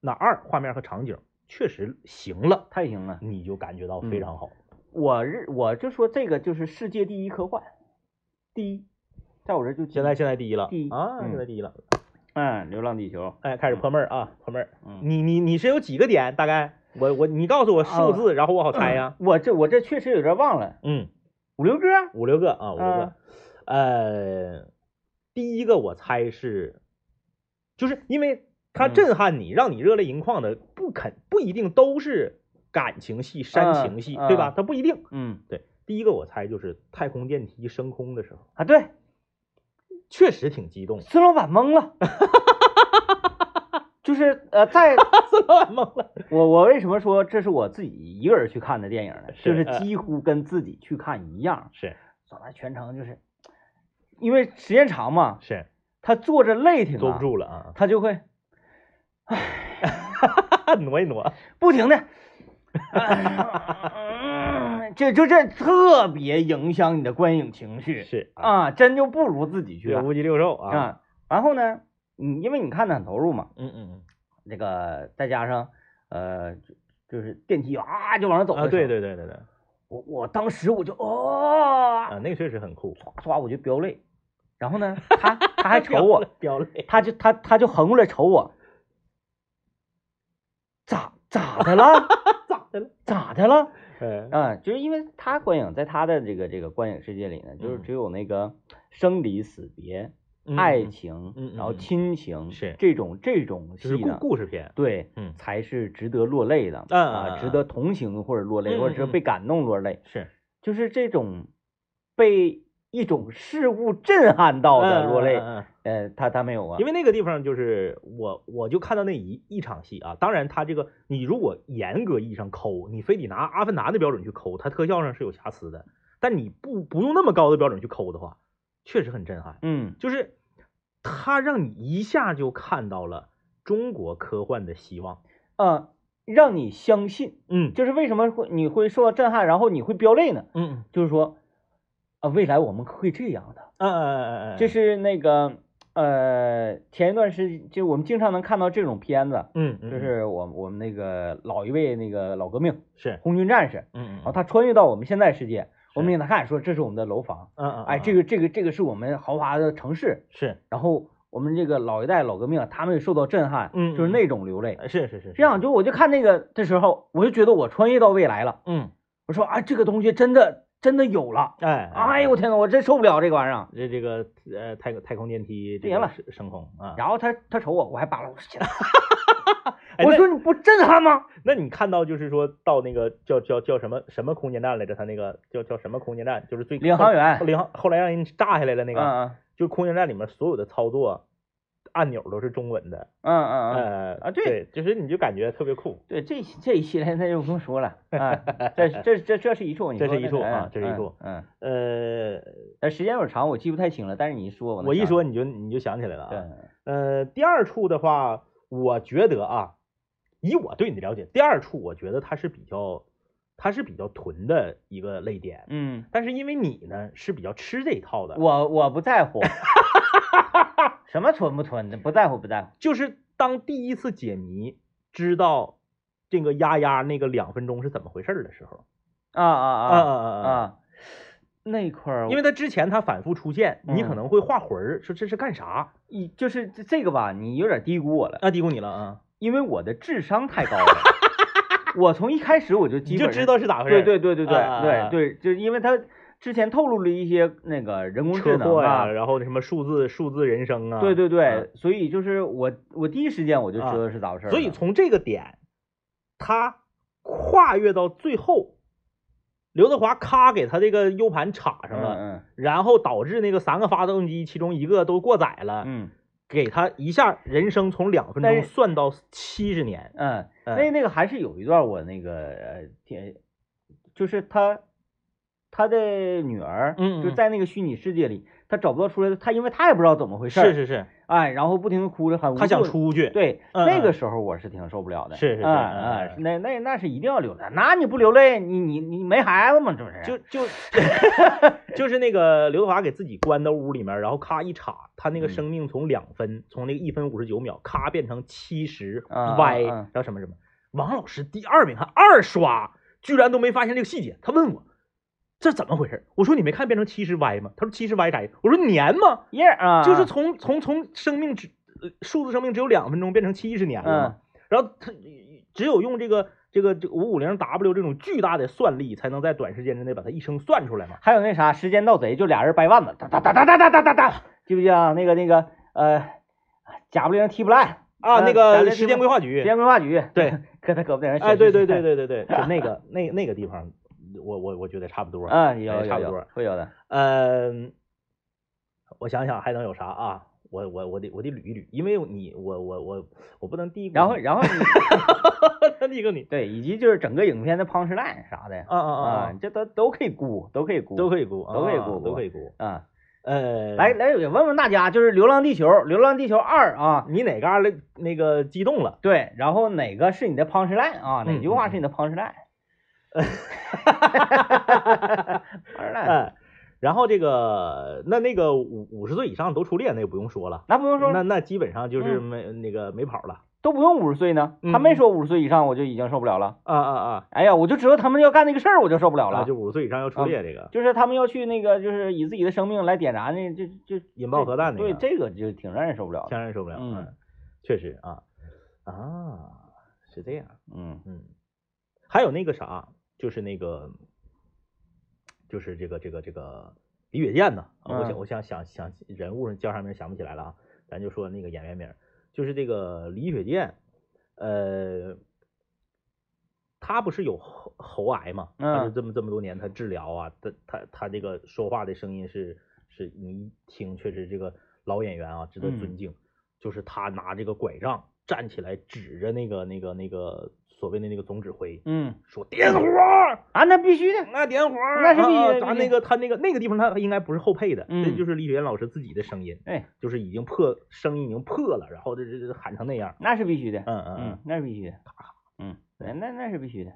[SPEAKER 2] 那二画面和场景确实行了，
[SPEAKER 1] 太行了。
[SPEAKER 2] 你就感觉到
[SPEAKER 1] 嗯
[SPEAKER 2] 非常好。
[SPEAKER 1] 我是我就说这个就是世界第一科幻，第一，在我这就
[SPEAKER 2] 现在现在第一了
[SPEAKER 1] 第一
[SPEAKER 2] 啊，
[SPEAKER 1] 嗯
[SPEAKER 2] 现在第一了。
[SPEAKER 1] 嗯，《流浪地球
[SPEAKER 2] 哎，开始泼妹儿啊，泼妹儿，》
[SPEAKER 1] 嗯，哦
[SPEAKER 2] 你你你是有几个点？大概我我你告诉我数字，然后我好猜呀。
[SPEAKER 1] *clears throat* 我这我这确实有点忘了，
[SPEAKER 2] *clears throat* 嗯，
[SPEAKER 1] 五六个，嗯
[SPEAKER 2] 五六个啊，五六个。呃，第一个我猜是，就是因为它
[SPEAKER 1] 嗯
[SPEAKER 2] 震撼你，让你热泪盈眶的，不肯不一定都是感情戏、煽情戏，
[SPEAKER 1] 嗯
[SPEAKER 2] 对吧
[SPEAKER 1] 嗯？
[SPEAKER 2] 它不一定。
[SPEAKER 1] 嗯
[SPEAKER 2] 对，第一个我猜就是太空电梯升空的时候，
[SPEAKER 1] 啊，对，
[SPEAKER 2] 确实挺
[SPEAKER 1] *laughs*
[SPEAKER 2] 激动的，
[SPEAKER 1] 孙老板懵
[SPEAKER 2] *laughs*
[SPEAKER 1] 了，就是呃，在
[SPEAKER 2] 孙老板懵了。
[SPEAKER 1] 我我为什么说这是我自己一个人去看的电影呢？
[SPEAKER 2] 是
[SPEAKER 1] 就是
[SPEAKER 2] 呃
[SPEAKER 1] 几乎跟自己去看一样，
[SPEAKER 2] 是
[SPEAKER 1] 咱们全程就是因为时间长嘛，
[SPEAKER 2] 是，
[SPEAKER 1] 他坐着累挺啊，
[SPEAKER 2] 坐不住了
[SPEAKER 1] *laughs*
[SPEAKER 2] 啊， *laughs*
[SPEAKER 1] 他就会
[SPEAKER 2] 挪一挪。
[SPEAKER 1] 不停的，
[SPEAKER 2] 哎
[SPEAKER 1] 嗯 *laughs* 这就这特别影响你的观影情绪
[SPEAKER 2] 是，
[SPEAKER 1] 啊，真就不如自己去
[SPEAKER 2] 这
[SPEAKER 1] 看
[SPEAKER 2] 乌鸡六兽啊。
[SPEAKER 1] 啊。然后呢，你因为你看的很投入嘛，
[SPEAKER 2] 嗯嗯嗯。
[SPEAKER 1] 这个再加上呃，就就是电梯啊就往上走的
[SPEAKER 2] 啊，
[SPEAKER 1] 时候
[SPEAKER 2] 对，对对对对，啊，
[SPEAKER 1] 我我当时我就哦，
[SPEAKER 2] 那个确实很 *laughs* 酷。
[SPEAKER 1] 唰唰我就飙泪，然后呢，他他还瞅我，
[SPEAKER 2] 飙泪，
[SPEAKER 1] 他就他他就横过来瞅我，咋咋的了？
[SPEAKER 2] *laughs* 咋的了？
[SPEAKER 1] 咋的了？
[SPEAKER 2] *laughs* 嗯
[SPEAKER 1] 嗯，就是因为他观影，在他的这个这个观影世界里呢，就是
[SPEAKER 2] 嗯
[SPEAKER 1] 只有那个生离死别、
[SPEAKER 2] 嗯
[SPEAKER 1] 爱
[SPEAKER 2] 嗯
[SPEAKER 1] 情，
[SPEAKER 2] 嗯嗯
[SPEAKER 1] 然后
[SPEAKER 2] 嗯
[SPEAKER 1] 亲情，
[SPEAKER 2] 是
[SPEAKER 1] 这种这种
[SPEAKER 2] 就是
[SPEAKER 1] 戏
[SPEAKER 2] 故
[SPEAKER 1] 呢，
[SPEAKER 2] 故事片，
[SPEAKER 1] 对，
[SPEAKER 2] 嗯
[SPEAKER 1] 才是值得落泪的，
[SPEAKER 2] 嗯
[SPEAKER 1] 啊，
[SPEAKER 2] 嗯
[SPEAKER 1] 值
[SPEAKER 2] 嗯
[SPEAKER 1] 得同情或者落泪，
[SPEAKER 2] 嗯
[SPEAKER 1] 或者是
[SPEAKER 2] 嗯嗯
[SPEAKER 1] 被感动落泪，
[SPEAKER 2] 是
[SPEAKER 1] 就是这种被一种事物震撼到的落泪，
[SPEAKER 2] 嗯嗯嗯
[SPEAKER 1] 呃，他他没有啊，
[SPEAKER 2] 因
[SPEAKER 1] 为
[SPEAKER 2] 为那个地方就是我，我就看到那一一场戏啊。当然，他这个你如果严格意义上抠，你非得拿阿凡达的标准去抠，它特效上是有瑕疵的。但你不不用那么高的标准去抠的话，确实很震撼。
[SPEAKER 1] 嗯
[SPEAKER 2] 就是它让你一下就看到了中国科幻的希望。
[SPEAKER 1] 啊、呃让你相信，
[SPEAKER 2] 嗯
[SPEAKER 1] 就是为什么会你会受到震撼，然后你会飙泪呢？
[SPEAKER 2] 嗯
[SPEAKER 1] 就是说，啊，未来我们会这样的。
[SPEAKER 2] 嗯嗯嗯嗯，
[SPEAKER 1] 这是那个呃，前一段时间就我们经常能看到这种片子，
[SPEAKER 2] 嗯嗯
[SPEAKER 1] 就是我我们那个老一辈那个老革命
[SPEAKER 2] 是
[SPEAKER 1] 红军战士，
[SPEAKER 2] 嗯嗯
[SPEAKER 1] 然后他穿越到我们现在世界，我们
[SPEAKER 2] 是
[SPEAKER 1] 给他看说这是我们的楼房，
[SPEAKER 2] 嗯嗯
[SPEAKER 1] 哎，这个这个这个是我们豪华的城市，
[SPEAKER 2] 是
[SPEAKER 1] 然后我们这个老一代老革命，他们也受到震撼，
[SPEAKER 2] 嗯
[SPEAKER 1] 就是
[SPEAKER 2] 嗯
[SPEAKER 1] 那种流泪。
[SPEAKER 2] 呃是是是，
[SPEAKER 1] 这样
[SPEAKER 2] 就
[SPEAKER 1] 就我就看那个的时候，我就觉得我穿越到未来了。
[SPEAKER 2] 嗯，
[SPEAKER 1] 我说啊，这个东西真的真的有了。
[SPEAKER 2] 哎
[SPEAKER 1] 哎呦我天呐，我真受不了这个玩意儿。啊
[SPEAKER 2] 这这个呃太空太空电梯这
[SPEAKER 1] 行
[SPEAKER 2] 个
[SPEAKER 1] 了
[SPEAKER 2] 升升空啊，
[SPEAKER 1] 然后他他瞅我，我还扒拉我说起 *laughs* 来，
[SPEAKER 2] 哎
[SPEAKER 1] 我
[SPEAKER 2] 那
[SPEAKER 1] 说你不震撼吗？
[SPEAKER 2] 那你看到就是说到那个叫叫叫什么什么空间站来着？他那个叫叫什么空间站？就是最
[SPEAKER 1] 领航员
[SPEAKER 2] 领航后来让人炸下来了那个，
[SPEAKER 1] 嗯
[SPEAKER 2] 就是空间站里面所有的操作按钮都是中文的。
[SPEAKER 1] 嗯嗯嗯嗯，
[SPEAKER 2] 呃
[SPEAKER 1] 啊对
[SPEAKER 2] 对，就是你就感觉特别酷，
[SPEAKER 1] 对，这这一系列那就不用说 *laughs* 了啊，这这这这是一处，你
[SPEAKER 2] 这
[SPEAKER 1] 说
[SPEAKER 2] 是一
[SPEAKER 1] 那
[SPEAKER 2] 处
[SPEAKER 1] 个
[SPEAKER 2] 啊
[SPEAKER 1] 嗯
[SPEAKER 2] 这是一处
[SPEAKER 1] 嗯，嗯
[SPEAKER 2] 呃，
[SPEAKER 1] 但时间有点长，我记不太清了，但是你一说，能
[SPEAKER 2] 我一
[SPEAKER 1] 想
[SPEAKER 2] 说你就你就想起来了
[SPEAKER 1] 起
[SPEAKER 2] 啊。
[SPEAKER 1] 来，
[SPEAKER 2] 呃，第二处的话，我觉得啊，以我对你的了解，第二处我觉得它是比较它是比较囤的一个类点，
[SPEAKER 1] 对，嗯，
[SPEAKER 2] 但是因为你呢是比较吃这一套的，
[SPEAKER 1] 我我不在乎， *laughs* 什么存不存的，不在乎不在乎，
[SPEAKER 2] 就是当第一次解谜知道这个丫丫那个两分钟是怎么回事儿的时候，
[SPEAKER 1] 啊
[SPEAKER 2] 啊
[SPEAKER 1] 啊
[SPEAKER 2] 啊
[SPEAKER 1] 啊
[SPEAKER 2] 啊！
[SPEAKER 1] 啊，那块儿，
[SPEAKER 2] 因为他之前他反复出现，你可
[SPEAKER 1] 嗯
[SPEAKER 2] 能会画魂儿，说这是干啥？
[SPEAKER 1] 一就是这这个吧，你有点低估我了，
[SPEAKER 2] 啊，嘀咕你了啊，
[SPEAKER 1] 因为我的智商太高
[SPEAKER 2] *laughs*
[SPEAKER 1] 了，我从一开始我就
[SPEAKER 2] 你
[SPEAKER 1] 基
[SPEAKER 2] 就
[SPEAKER 1] 本
[SPEAKER 2] 知
[SPEAKER 1] 上
[SPEAKER 2] 道是咋回事
[SPEAKER 1] 对对
[SPEAKER 2] 儿。
[SPEAKER 1] 对对对
[SPEAKER 2] 啊啊啊
[SPEAKER 1] 对对，就是因为他之前透露了一些那个人工智
[SPEAKER 2] 车
[SPEAKER 1] 能
[SPEAKER 2] 祸呀、
[SPEAKER 1] 啊，
[SPEAKER 2] 然后什么数字数字人生啊，
[SPEAKER 1] 对对
[SPEAKER 2] 啊
[SPEAKER 1] 对，所以就是我我第一时间我就知道是咋回事儿了，
[SPEAKER 2] 所以从这个点，他跨越到最后，刘德华咔给他这个 U 盘插上了，
[SPEAKER 1] 嗯
[SPEAKER 2] 然后导致那个三个发动机其中一个都过载了，
[SPEAKER 1] 嗯
[SPEAKER 2] 给他一下人生从两分
[SPEAKER 1] 但
[SPEAKER 2] 钟
[SPEAKER 1] 是
[SPEAKER 2] 算到七十年。
[SPEAKER 1] 嗯嗯，
[SPEAKER 2] 嗯
[SPEAKER 1] 那那个还是有一段我那个呃挺，就是他他的女儿
[SPEAKER 2] 嗯嗯
[SPEAKER 1] 就
[SPEAKER 2] 嗯
[SPEAKER 1] 在那个虚拟世界里，他找不到出来的，他因为他也不知道怎么回事，
[SPEAKER 2] 是，是是，
[SPEAKER 1] 哎，然后不停的哭着喊，
[SPEAKER 2] 他想，出去。，
[SPEAKER 1] 对，
[SPEAKER 2] 嗯
[SPEAKER 1] 那
[SPEAKER 2] 嗯
[SPEAKER 1] 个时候我是挺受不了的，
[SPEAKER 2] 是是是
[SPEAKER 1] 嗯
[SPEAKER 2] 嗯
[SPEAKER 1] 嗯
[SPEAKER 2] 嗯，
[SPEAKER 1] 那那那是一定要流泪，那你不流泪，你你你没孩子吗？这不是
[SPEAKER 2] 就
[SPEAKER 1] *laughs*
[SPEAKER 2] 就就是那个刘德华给自己关到屋里面，然后咔一插，他那个
[SPEAKER 1] 嗯
[SPEAKER 2] 生命从两分，从那个一分五十九秒，咔变成七十
[SPEAKER 1] 啊啊
[SPEAKER 2] Y，
[SPEAKER 1] 啊
[SPEAKER 2] 然后什么什么。王老师第二遍看二刷，居然都没发现这个细节。他问我这怎么回事，我说你没看变成七十 Y 吗？他说七十 Y 啥意思？我说年吗？
[SPEAKER 1] 耶啊，
[SPEAKER 2] 就是从从从生命只、呃、数字生命只有两分钟变成七十
[SPEAKER 1] 嗯
[SPEAKER 2] 年了嘛，然后他只有用这个这个这五五零 W 这种巨大的算力，才能在短时间之内把它一生算出来嘛。
[SPEAKER 1] 还有那啥，时间盗贼，就俩人掰腕子，哒哒哒哒哒哒哒哒哒，记不记得啊？那个那个呃，贾布灵踢不烂，
[SPEAKER 2] 啊，
[SPEAKER 1] 呃咱
[SPEAKER 2] 那个
[SPEAKER 1] 这
[SPEAKER 2] 时间规划局
[SPEAKER 1] 时，间规划局，
[SPEAKER 2] 对，
[SPEAKER 1] 搁他胳膊顶上。
[SPEAKER 2] 哎，对对
[SPEAKER 1] *laughs*
[SPEAKER 2] 对，对对对，就那个那那个地方，我我我觉得差不多。
[SPEAKER 1] 啊，有
[SPEAKER 2] 哎
[SPEAKER 1] 有
[SPEAKER 2] 差不
[SPEAKER 1] 有
[SPEAKER 2] 多，
[SPEAKER 1] 会有的，
[SPEAKER 2] 嗯，我想想还能有啥啊？我我我得我得捋一捋，因为你我我我我不能低估你。 *laughs*
[SPEAKER 1] 然后然后你
[SPEAKER 2] 低估你，
[SPEAKER 1] 对，以及就是整个影片的 punch line 啥
[SPEAKER 2] *laughs*
[SPEAKER 1] 的
[SPEAKER 2] 啊啊啊
[SPEAKER 1] 啊
[SPEAKER 2] 啊，，
[SPEAKER 1] 这都都可以估，都可以估，
[SPEAKER 2] 都可以估，
[SPEAKER 1] 都可以
[SPEAKER 2] 啊
[SPEAKER 1] 估
[SPEAKER 2] 都
[SPEAKER 1] 估
[SPEAKER 2] 可以估。
[SPEAKER 1] 啊。
[SPEAKER 2] 呃，
[SPEAKER 1] 来来，也问问大家，就是《流浪地球》《流浪地球二》啊，
[SPEAKER 2] 你哪嘎了那个激动了？
[SPEAKER 1] 对，然后哪个是你的 punch line 啊？哪
[SPEAKER 2] 嗯
[SPEAKER 1] 句
[SPEAKER 2] 嗯
[SPEAKER 1] 话
[SPEAKER 2] 嗯
[SPEAKER 1] 是你的 punch
[SPEAKER 2] *laughs*
[SPEAKER 1] line？punch line，
[SPEAKER 2] 哎，然后这个那那个五五十岁以上都初恋那不用说了，
[SPEAKER 1] 那不用说了嗯
[SPEAKER 2] 那那基本上就是没、那个没跑了。
[SPEAKER 1] 都不用五十岁呢，
[SPEAKER 2] 嗯
[SPEAKER 1] 他没说五十岁以上我就已经受不了了。
[SPEAKER 2] 啊啊啊！
[SPEAKER 1] 哎呀，我就知道他们要干那个事儿，我就受不了
[SPEAKER 2] 好
[SPEAKER 1] 了。嗯
[SPEAKER 2] 啊了，就五十岁以上要初恋这个、
[SPEAKER 1] 就是他们要去那个，就是以自己的生命来点燃那，就就
[SPEAKER 2] 引爆核弹那
[SPEAKER 1] 对，
[SPEAKER 2] 个，
[SPEAKER 1] 这个就挺让人受不了的。
[SPEAKER 2] 当然受不了。
[SPEAKER 1] 嗯，
[SPEAKER 2] 确实啊啊，是这样。
[SPEAKER 1] 嗯
[SPEAKER 2] 嗯，还有那个啥，就是那个，就是这个这个这个李雪健呢，啊我想
[SPEAKER 1] 嗯
[SPEAKER 2] 我想想想人物叫啥名儿想不起来了啊，咱就说那个演员名儿，就是这个李雪健，呃，他不是有喉喉癌嘛，他就
[SPEAKER 1] 嗯
[SPEAKER 2] 这么这么多年他治疗啊，他他他这个说话的声音是是你一听确实这个老演员啊值得尊
[SPEAKER 1] 嗯
[SPEAKER 2] 敬，就是他拿这个拐杖站起来指着那个那个那个所谓的那个总指挥
[SPEAKER 1] 嗯
[SPEAKER 2] 说点火儿，
[SPEAKER 1] 啊，那必须的。
[SPEAKER 2] 那点火儿，
[SPEAKER 1] 那是必须
[SPEAKER 2] 啊
[SPEAKER 1] 的必
[SPEAKER 2] 咱
[SPEAKER 1] 须
[SPEAKER 2] 那个他那个那个地方他应该不是后配的，这
[SPEAKER 1] 嗯
[SPEAKER 2] 就是李雪健老师自己的声音，
[SPEAKER 1] 对，
[SPEAKER 2] 就是已经破声音已经破了，然后这这这喊成那样，
[SPEAKER 1] 那是必须的。
[SPEAKER 2] 嗯嗯
[SPEAKER 1] 嗯，，那是必须的。嗯，那那那是必须的，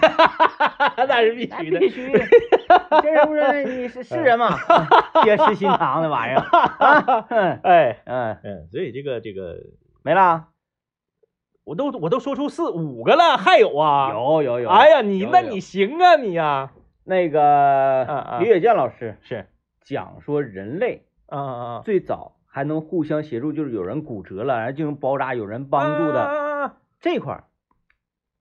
[SPEAKER 2] *laughs* 那是必
[SPEAKER 1] 嗯那
[SPEAKER 2] 须的，
[SPEAKER 1] 哎必须
[SPEAKER 2] *laughs*
[SPEAKER 1] 的。这人不是你是是人吗？
[SPEAKER 2] 嗯
[SPEAKER 1] 别吃心肠的玩意儿。啊嗯
[SPEAKER 2] 哎
[SPEAKER 1] 嗯，
[SPEAKER 2] *laughs* 嗯，所以这个这个
[SPEAKER 1] 没了。
[SPEAKER 2] 我都我都说出四五个了，还有啊，
[SPEAKER 1] 有有有。
[SPEAKER 2] 哎呀，你
[SPEAKER 1] 有
[SPEAKER 2] 那
[SPEAKER 1] 有
[SPEAKER 2] 你行啊你呀，
[SPEAKER 1] 那
[SPEAKER 2] 嗯
[SPEAKER 1] 个
[SPEAKER 2] 嗯
[SPEAKER 1] 李雪健老师
[SPEAKER 2] 是，
[SPEAKER 1] 讲说人类
[SPEAKER 2] 嗯嗯嗯。
[SPEAKER 1] 最早还能互相协助，就是有人骨折了，然后进行包扎，有人帮助的、
[SPEAKER 2] 的。
[SPEAKER 1] 这块儿，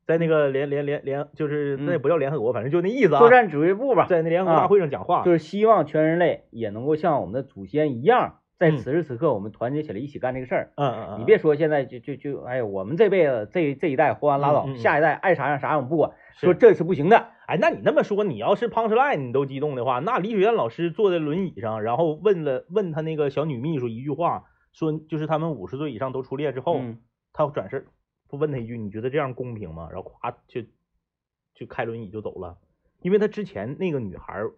[SPEAKER 2] 在那个联联联联，就是那也
[SPEAKER 1] 嗯
[SPEAKER 2] 不叫联合国，反正就那意思啊。
[SPEAKER 1] 作战指挥部吧，
[SPEAKER 2] 在那联合国大会上讲话，嗯
[SPEAKER 1] 就是希望全人类也能够像我们的祖先一样，在
[SPEAKER 2] 嗯
[SPEAKER 1] 此时此刻我们团结起来一起干这个事儿。
[SPEAKER 2] 嗯嗯嗯，
[SPEAKER 1] 你别说现在就就就，哎呀，我们这辈子这这一代活完拉倒，
[SPEAKER 2] 嗯嗯嗯
[SPEAKER 1] 下一代爱啥样啥样我们不管，
[SPEAKER 2] 是
[SPEAKER 1] 说这是不行的。
[SPEAKER 2] 哎，那你那么说，你要是胖 u 赖你都激动的话，那李雪健老师坐在轮椅上，然后问了问他那个小女秘书一句话，说就是他们五十岁以上都出列之后，
[SPEAKER 1] 嗯
[SPEAKER 2] 他转身不问他一句，你觉得这样公平吗？然后咵就就开轮椅就走了，因为他之前那个女孩儿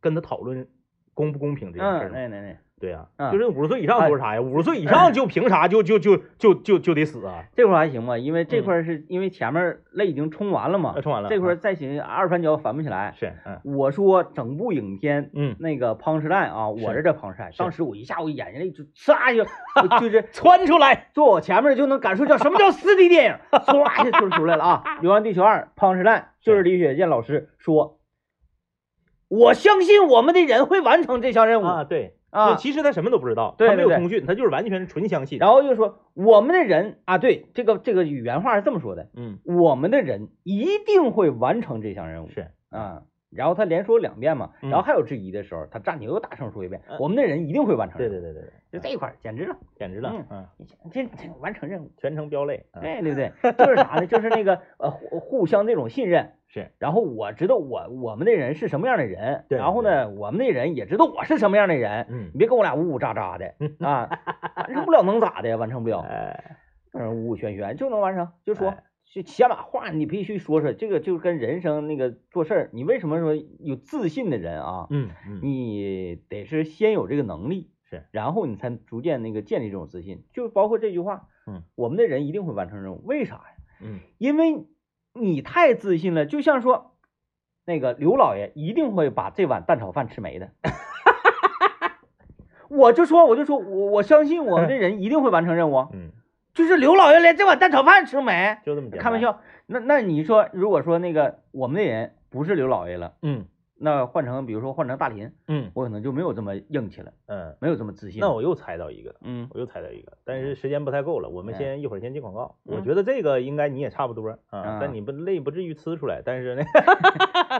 [SPEAKER 2] 跟他讨论公不公平这件
[SPEAKER 1] 嗯，
[SPEAKER 2] 事儿嘛，
[SPEAKER 1] 那那那
[SPEAKER 2] 对呀、
[SPEAKER 1] 嗯
[SPEAKER 2] 就是五十岁以上说啥呀？五十岁以上就凭啥就就就就就就得死啊？
[SPEAKER 1] 这块儿还行吧，因为这块儿是因为前面泪已经冲完了嘛
[SPEAKER 2] 嗯呃，冲完了，
[SPEAKER 1] 这块儿
[SPEAKER 2] 嗯
[SPEAKER 1] 再寻二传脚反不起来。
[SPEAKER 2] 是嗯
[SPEAKER 1] 我说整部影片
[SPEAKER 2] 嗯，
[SPEAKER 1] 那个庞士烂啊，我
[SPEAKER 2] 是
[SPEAKER 1] 是这庞士烂，
[SPEAKER 2] 是
[SPEAKER 1] 当时我一下我眼睛泪就唰就我就是
[SPEAKER 2] 窜出来。
[SPEAKER 1] 坐我前面就能感受叫什么叫四 D 电影，
[SPEAKER 2] *laughs*
[SPEAKER 1] 唰一下就出来了啊！《流浪地球二》庞士烂就是李雪健老师说，我相信我们的人会完成这项任务
[SPEAKER 2] 啊，对
[SPEAKER 1] 啊
[SPEAKER 2] 就其实他什么都不知道，
[SPEAKER 1] 对
[SPEAKER 2] 他
[SPEAKER 1] 对
[SPEAKER 2] 没有
[SPEAKER 1] 对
[SPEAKER 2] 通讯，他就是完全纯相信。
[SPEAKER 1] 然后又说我们的人啊，对这个这个原话是这么说的，
[SPEAKER 2] 嗯，
[SPEAKER 1] 我们的人一定会完成这项任务
[SPEAKER 2] 是，
[SPEAKER 1] 啊。然后他连说两遍嘛，
[SPEAKER 2] 嗯
[SPEAKER 1] 然后还有质疑的时候，他站起来又大声说一遍
[SPEAKER 2] 嗯：“
[SPEAKER 1] 我们的人一定会完成。”
[SPEAKER 2] 对对对对对，
[SPEAKER 1] 就这一块儿简直了，
[SPEAKER 2] 简直了，
[SPEAKER 1] 嗯哎
[SPEAKER 2] 嗯，
[SPEAKER 1] 这这完成任务，
[SPEAKER 2] 全程飙泪，嗯，
[SPEAKER 1] 对对对，就是啥呢？就是那个呃互互相这种信任。
[SPEAKER 2] 是，
[SPEAKER 1] 然后我知道我我们的人是什么样的人，
[SPEAKER 2] 对
[SPEAKER 1] 然后呢，我们的人也知道我是什么样的人。
[SPEAKER 2] 嗯
[SPEAKER 1] 你，别跟我俩呜呜喳喳的
[SPEAKER 2] *laughs*
[SPEAKER 1] 啊，完成不了能咋的？完成不了，
[SPEAKER 2] 哎，
[SPEAKER 1] 嗯，五五玄玄就能完成，就说
[SPEAKER 2] 哎
[SPEAKER 1] 就起码话你必须说说，这个就跟人生那个做事儿，你为什么说有自信的人啊？
[SPEAKER 2] 嗯嗯，
[SPEAKER 1] 你得是先有这个能力，
[SPEAKER 2] 是，
[SPEAKER 1] 然后你才逐渐那个建立这种自信。就包括这句话，
[SPEAKER 2] 嗯，
[SPEAKER 1] 我们的人一定会完成任务，为啥呀？
[SPEAKER 2] 嗯，
[SPEAKER 1] 因为你太自信了，就像说那个刘老爷一定会把这碗蛋炒饭吃没的。 *laughs* 我就说，我就说，我我相信我们的人一定会完成任务啊。
[SPEAKER 2] 嗯，
[SPEAKER 1] 就是刘老爷连这碗蛋炒饭吃没？
[SPEAKER 2] 就这么简单。
[SPEAKER 1] 开玩，笑，那那你说，如果说那个我们的人不是刘老爷了，
[SPEAKER 2] 嗯
[SPEAKER 1] 那换成比如说换成大林，
[SPEAKER 2] 嗯
[SPEAKER 1] 我可能就没有这么硬气了，
[SPEAKER 2] 嗯，
[SPEAKER 1] 没有这么自信了。
[SPEAKER 2] 那我又猜到一个了。
[SPEAKER 1] 嗯
[SPEAKER 2] 我又猜到一个，但是时间不太够了，我们
[SPEAKER 1] 哎
[SPEAKER 2] 先一会儿先进广告。我
[SPEAKER 1] 嗯
[SPEAKER 2] 觉得这个应该你也差不多啊
[SPEAKER 1] 啊，
[SPEAKER 2] 但你不累不至于呲出来，但是呢，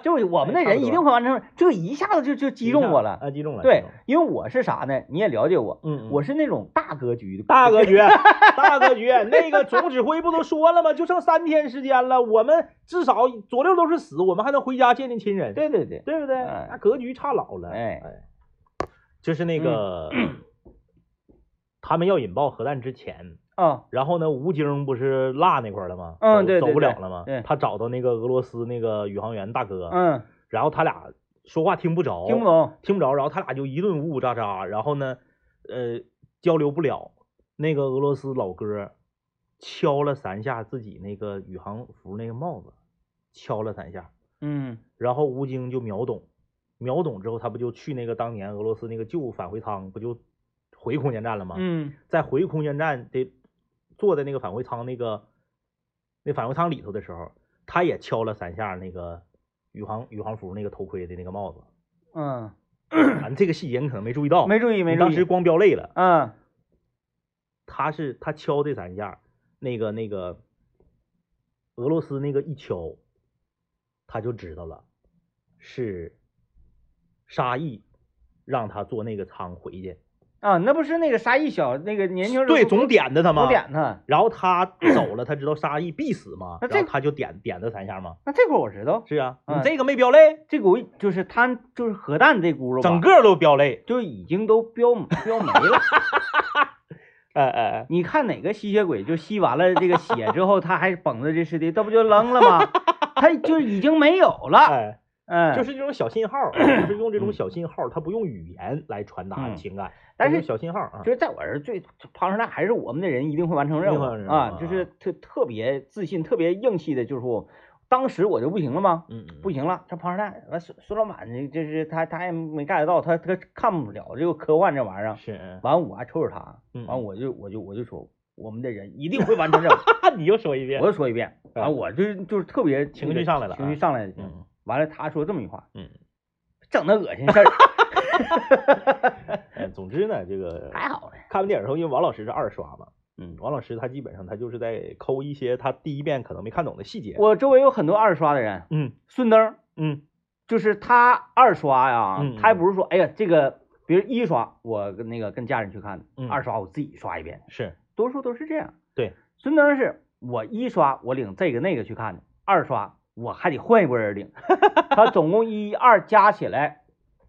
[SPEAKER 1] 就是我们的人一定会完成，这个一下子哎就就击中我了。
[SPEAKER 2] 啊，击中了。击
[SPEAKER 1] 对
[SPEAKER 2] 中了，
[SPEAKER 1] 因为我是啥呢？你也了解我，
[SPEAKER 2] 嗯，嗯
[SPEAKER 1] 我是那种大格局的。
[SPEAKER 2] 大格局，
[SPEAKER 1] *laughs*
[SPEAKER 2] 大格局，那个总指挥不都说了吗？就剩三天时间了，我们至少左右都是死，我们还能回家见见亲人，
[SPEAKER 1] 对对对，
[SPEAKER 2] 对不对？
[SPEAKER 1] 哎
[SPEAKER 2] 那格局差老了，
[SPEAKER 1] 哎嗯
[SPEAKER 2] 就是那个、 *clears throat* 他们要引爆核弹之前，
[SPEAKER 1] 啊，
[SPEAKER 2] 然后呢，吴京不是落那块儿了吗？
[SPEAKER 1] 嗯
[SPEAKER 2] 走
[SPEAKER 1] 对对
[SPEAKER 2] 走不了
[SPEAKER 1] 对
[SPEAKER 2] 了吗
[SPEAKER 1] 对？
[SPEAKER 2] 他找到那个俄罗斯那个宇航员大哥，
[SPEAKER 1] 嗯，
[SPEAKER 2] 然后他俩说话听不着，
[SPEAKER 1] 听不懂。
[SPEAKER 2] 听不着，然后他俩就一顿呜呜喳喳，然后呢，呃，交流不了。那个俄罗斯老哥敲了三下自己那个宇航服那个帽子，敲了三下，
[SPEAKER 1] 嗯
[SPEAKER 2] 然后吴京就秒懂，秒懂之后他不就去那个当年俄罗斯那个旧返回舱不就回空间站了吗？
[SPEAKER 1] 嗯
[SPEAKER 2] 在回空间站得坐在那个返回舱那个那返回舱里头的时候，他也敲了三下那个宇航宇航服那个头盔的那个帽子。
[SPEAKER 1] 嗯，
[SPEAKER 2] *clears throat* 反正这个细节你可能没注意到，
[SPEAKER 1] 没注意没
[SPEAKER 2] 你
[SPEAKER 1] 注
[SPEAKER 2] 哦当时
[SPEAKER 1] 意。
[SPEAKER 2] 光飙泪了。
[SPEAKER 1] 嗯
[SPEAKER 2] 他是他敲这三下，那个那个俄罗斯那个一敲，他就知道了是沙溢让他坐那个舱回去，
[SPEAKER 1] 啊，那不是那个沙溢小那个年轻人
[SPEAKER 2] 对，
[SPEAKER 1] 不
[SPEAKER 2] 总点的他嘛。
[SPEAKER 1] 总点他。
[SPEAKER 2] 然后他走了，他知道沙溢必死嘛，
[SPEAKER 1] 那这
[SPEAKER 2] 然后他就点点他三下嘛。
[SPEAKER 1] 那这块儿我知道，
[SPEAKER 2] 是啊，你
[SPEAKER 1] 嗯
[SPEAKER 2] 这个没飙泪，
[SPEAKER 1] 这个我就是他就是核弹这轱辘吧，
[SPEAKER 2] 整个都飙泪。
[SPEAKER 1] 就已经都标标没了。 *laughs*
[SPEAKER 2] 哎哎哎，
[SPEAKER 1] 你看哪个吸血鬼就吸完了这个血之后，他还绷着这尸体，这不就扔了吗？他就已经没有了。
[SPEAKER 2] *laughs* 哎。
[SPEAKER 1] 嗯，
[SPEAKER 2] 就是这种小信号，啊
[SPEAKER 1] *clears throat*
[SPEAKER 2] 就是用这种
[SPEAKER 1] 嗯
[SPEAKER 2] 小信号，它不用语言来传达
[SPEAKER 1] 嗯
[SPEAKER 2] 情感，
[SPEAKER 1] 但
[SPEAKER 2] 它
[SPEAKER 1] 是
[SPEAKER 2] 小信号啊
[SPEAKER 1] 就，是在我这儿最庞氏大还是我们的人一定会完成任
[SPEAKER 2] 一定会完成
[SPEAKER 1] 务
[SPEAKER 2] 任务
[SPEAKER 1] 啊，
[SPEAKER 2] 啊
[SPEAKER 1] 就是特特别自信、特别硬气的，就是我当时我就不行了吗？
[SPEAKER 2] 嗯，嗯
[SPEAKER 1] 不，行了，这庞氏大完孙孙老板呢，就是他他也没 get 到，他他看不了这个科幻这玩意儿啊
[SPEAKER 2] 嗯。是，嗯
[SPEAKER 1] 完我还瞅瞅他，
[SPEAKER 2] 嗯
[SPEAKER 1] 完啊我就我就我就说我们的人一定会完成
[SPEAKER 2] *laughs*
[SPEAKER 1] 任务。
[SPEAKER 2] 啊，你又说一遍
[SPEAKER 1] 我，又说一遍，
[SPEAKER 2] 嗯
[SPEAKER 1] 完我就是就是特别
[SPEAKER 2] 情
[SPEAKER 1] 那个
[SPEAKER 2] 绪上来了
[SPEAKER 1] 情
[SPEAKER 2] 啊
[SPEAKER 1] 绪上来了。
[SPEAKER 2] 嗯
[SPEAKER 1] 完了，他说这么一句话，
[SPEAKER 2] 嗯，
[SPEAKER 1] 整那恶心事儿， *laughs*
[SPEAKER 2] 嗯，总之呢，这个
[SPEAKER 1] 还好嘞。
[SPEAKER 2] 看完电影之后，因为王老师是二刷嘛，
[SPEAKER 1] 哎嗯，
[SPEAKER 2] 王老师他基本上他就是在抠一些他第一遍可能没看懂的细节。
[SPEAKER 1] 我周围有很多二刷的人，
[SPEAKER 2] 嗯
[SPEAKER 1] 顺灯儿
[SPEAKER 2] 嗯
[SPEAKER 1] 就是他二刷呀
[SPEAKER 2] 嗯，
[SPEAKER 1] 他也不是说，哎呀，这个比如一刷我跟那个跟家人去看的
[SPEAKER 2] 嗯，
[SPEAKER 1] 二刷我自己刷一遍，
[SPEAKER 2] 是
[SPEAKER 1] 多数都是这样。
[SPEAKER 2] 对，
[SPEAKER 1] 孙灯是我一刷我领这个那个去看的，二刷我还得换一波人领， *laughs* 他总共一二加起来，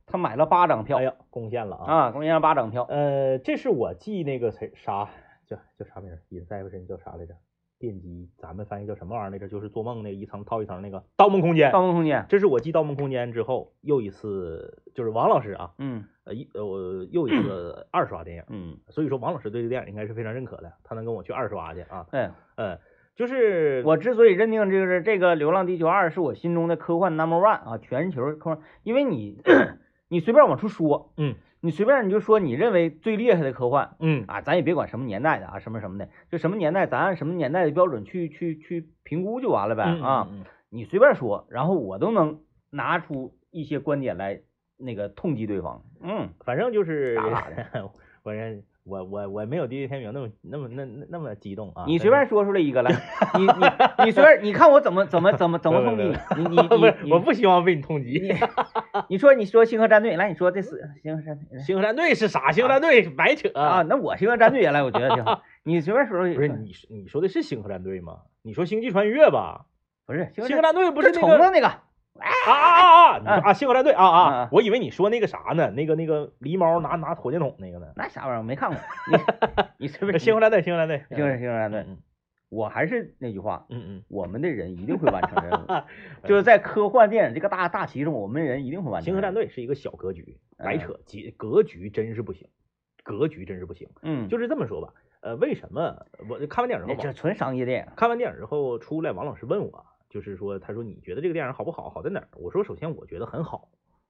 [SPEAKER 1] 他买了八张票
[SPEAKER 2] 哎呀贡献了啊。
[SPEAKER 1] 啊，中间八张票，
[SPEAKER 2] 呃，这是我记那个谁啥叫叫啥名儿？Inception 叫啥来着？电击，咱们翻译叫什么玩意儿来着？就是做梦那一层套一层那个《盗梦空间
[SPEAKER 1] 《盗》。梦空间》
[SPEAKER 2] 这是我继《盗梦空间》之后又一次，就是王老师啊，
[SPEAKER 1] 嗯
[SPEAKER 2] 呃一呃我又一
[SPEAKER 1] *clears throat*
[SPEAKER 2] 次二刷电影，
[SPEAKER 1] 嗯，
[SPEAKER 2] 所以说王老师对这电影应该是非常认可的，他能跟我去二刷去啊。
[SPEAKER 1] 哎，
[SPEAKER 2] 嗯，就是
[SPEAKER 1] 我之所以认定这个是这个《流浪地球二》是我心中的科幻 number one 啊，全球科幻，因为你 *clears throat* 你随便往出说，
[SPEAKER 2] 嗯
[SPEAKER 1] 你随便你就说你认为最厉害的科幻
[SPEAKER 2] 嗯
[SPEAKER 1] 啊，咱也别管什么年代的啊，什么什么的，就什么年代，咱按什么年代的标准去去去评估就完了呗
[SPEAKER 2] 嗯
[SPEAKER 1] 啊，
[SPEAKER 2] 嗯嗯
[SPEAKER 1] 你随便说，然后我都能拿出一些观点来那个痛击对方，嗯，
[SPEAKER 2] 反正就是
[SPEAKER 1] 打打
[SPEAKER 2] 我认我我我没有地狱天明那么那么那那那么激动啊。
[SPEAKER 1] 你
[SPEAKER 2] 但
[SPEAKER 1] 随
[SPEAKER 2] 是
[SPEAKER 1] 便说出来一个来，你你你随便，你看我怎么怎么怎么怎么痛击你，你
[SPEAKER 2] *laughs* 不是
[SPEAKER 1] 你你
[SPEAKER 2] 我不希望被你痛击。
[SPEAKER 1] 你说你说星河战队，来你说这是星河战队来
[SPEAKER 2] 星河战队是啥？星河战队白扯
[SPEAKER 1] 啊？！那我星河战队也来，我觉得挺
[SPEAKER 2] *laughs*
[SPEAKER 1] 好。你随便说说，
[SPEAKER 2] 不是你说你说的是星河战队吗？你说星际穿越吧？
[SPEAKER 1] 不是星河
[SPEAKER 2] 星
[SPEAKER 1] 战
[SPEAKER 2] 河战队不
[SPEAKER 1] 不
[SPEAKER 2] 是那
[SPEAKER 1] 虫子
[SPEAKER 2] 个
[SPEAKER 1] 那个，
[SPEAKER 2] 啊啊啊啊！你说
[SPEAKER 1] 嗯
[SPEAKER 2] 啊，星河战队啊
[SPEAKER 1] 嗯
[SPEAKER 2] 啊
[SPEAKER 1] 嗯！
[SPEAKER 2] 我以为你说那个啥呢？那个那个狸猫拿拿火箭筒那个呢？
[SPEAKER 1] 那啥玩意儿我没看过。你你随便
[SPEAKER 2] 星河战队，星河战队，
[SPEAKER 1] 星河星河战队，
[SPEAKER 2] 嗯
[SPEAKER 1] 我还是那句话，
[SPEAKER 2] 嗯嗯，
[SPEAKER 1] 我们的人一定会完成任务
[SPEAKER 2] *laughs*
[SPEAKER 1] 就是在科幻电影这个大大旗上，我们人一定会完
[SPEAKER 2] 嗯，
[SPEAKER 1] 成。
[SPEAKER 2] 星河战
[SPEAKER 1] 队，
[SPEAKER 2] 队是一个小格局，白
[SPEAKER 1] 嗯
[SPEAKER 2] 扯，结格局真是不行，格局真是不行。
[SPEAKER 1] 嗯，
[SPEAKER 2] 就是这么说吧，呃，为什么我看完电影之
[SPEAKER 1] 那
[SPEAKER 2] 后吧
[SPEAKER 1] 这纯商业电影。
[SPEAKER 2] 看完电影之后出来，王老师问我，就是说，他说你觉得这个电影好不好？好在哪儿？我说，首先我觉得很好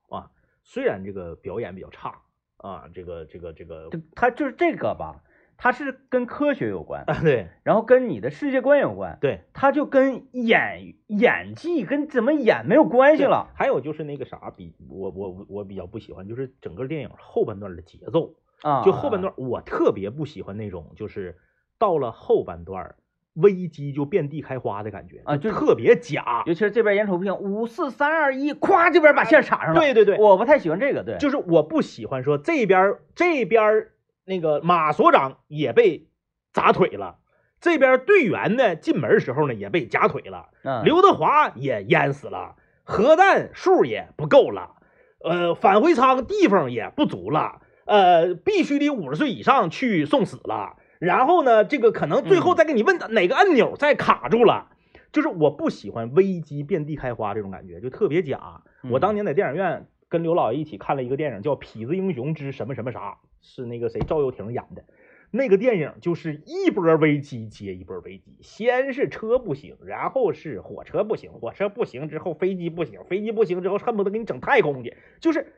[SPEAKER 2] 啊，虽然这个表演比较差啊，这个这个这个
[SPEAKER 1] 就它就是这个吧，它是跟科学有关，
[SPEAKER 2] 啊，对
[SPEAKER 1] 然后跟你的世界观有关，
[SPEAKER 2] 对，
[SPEAKER 1] 它就跟演演技跟怎么演没有关系
[SPEAKER 2] 对
[SPEAKER 1] 了。。
[SPEAKER 2] 还有就是那个啥，比我我我比较不喜欢，就是整个电影后半段的节奏，
[SPEAKER 1] 啊，
[SPEAKER 2] 就后半段我特别不喜欢那种，就是到了后半段儿危机就遍地开花的感觉
[SPEAKER 1] 啊
[SPEAKER 2] 就
[SPEAKER 1] 就是
[SPEAKER 2] 特别假。
[SPEAKER 1] 尤其是这边眼瞅不行，五四三二一，咵这边把线插上了。
[SPEAKER 2] 对对对，
[SPEAKER 1] 我不太喜欢这个，对，
[SPEAKER 2] 就是我不喜欢说这边儿这边儿那个马所长也被砸腿了，这边儿队员呢进门时候呢也被夹腿了，
[SPEAKER 1] 嗯
[SPEAKER 2] 刘德华也淹死了，核弹数也不够了，呃，返回舱地方也不足了，呃，必须得五十岁以上去送死了。然后呢，这个可能最后再给你问哪个按钮再卡住了，就是我不喜欢危机遍地开花这种感觉，就特别假。
[SPEAKER 1] 嗯
[SPEAKER 2] 我当年在电影院跟刘老爷一起看了一个电影，叫《痞子英雄之什么什么啥》，是那个谁赵又廷演的。那个电影就是一波危机接一波危机，先是车不行，然后是火车不行，火车不行之后飞机不行，飞机不行之后恨不得给你整太空去。就是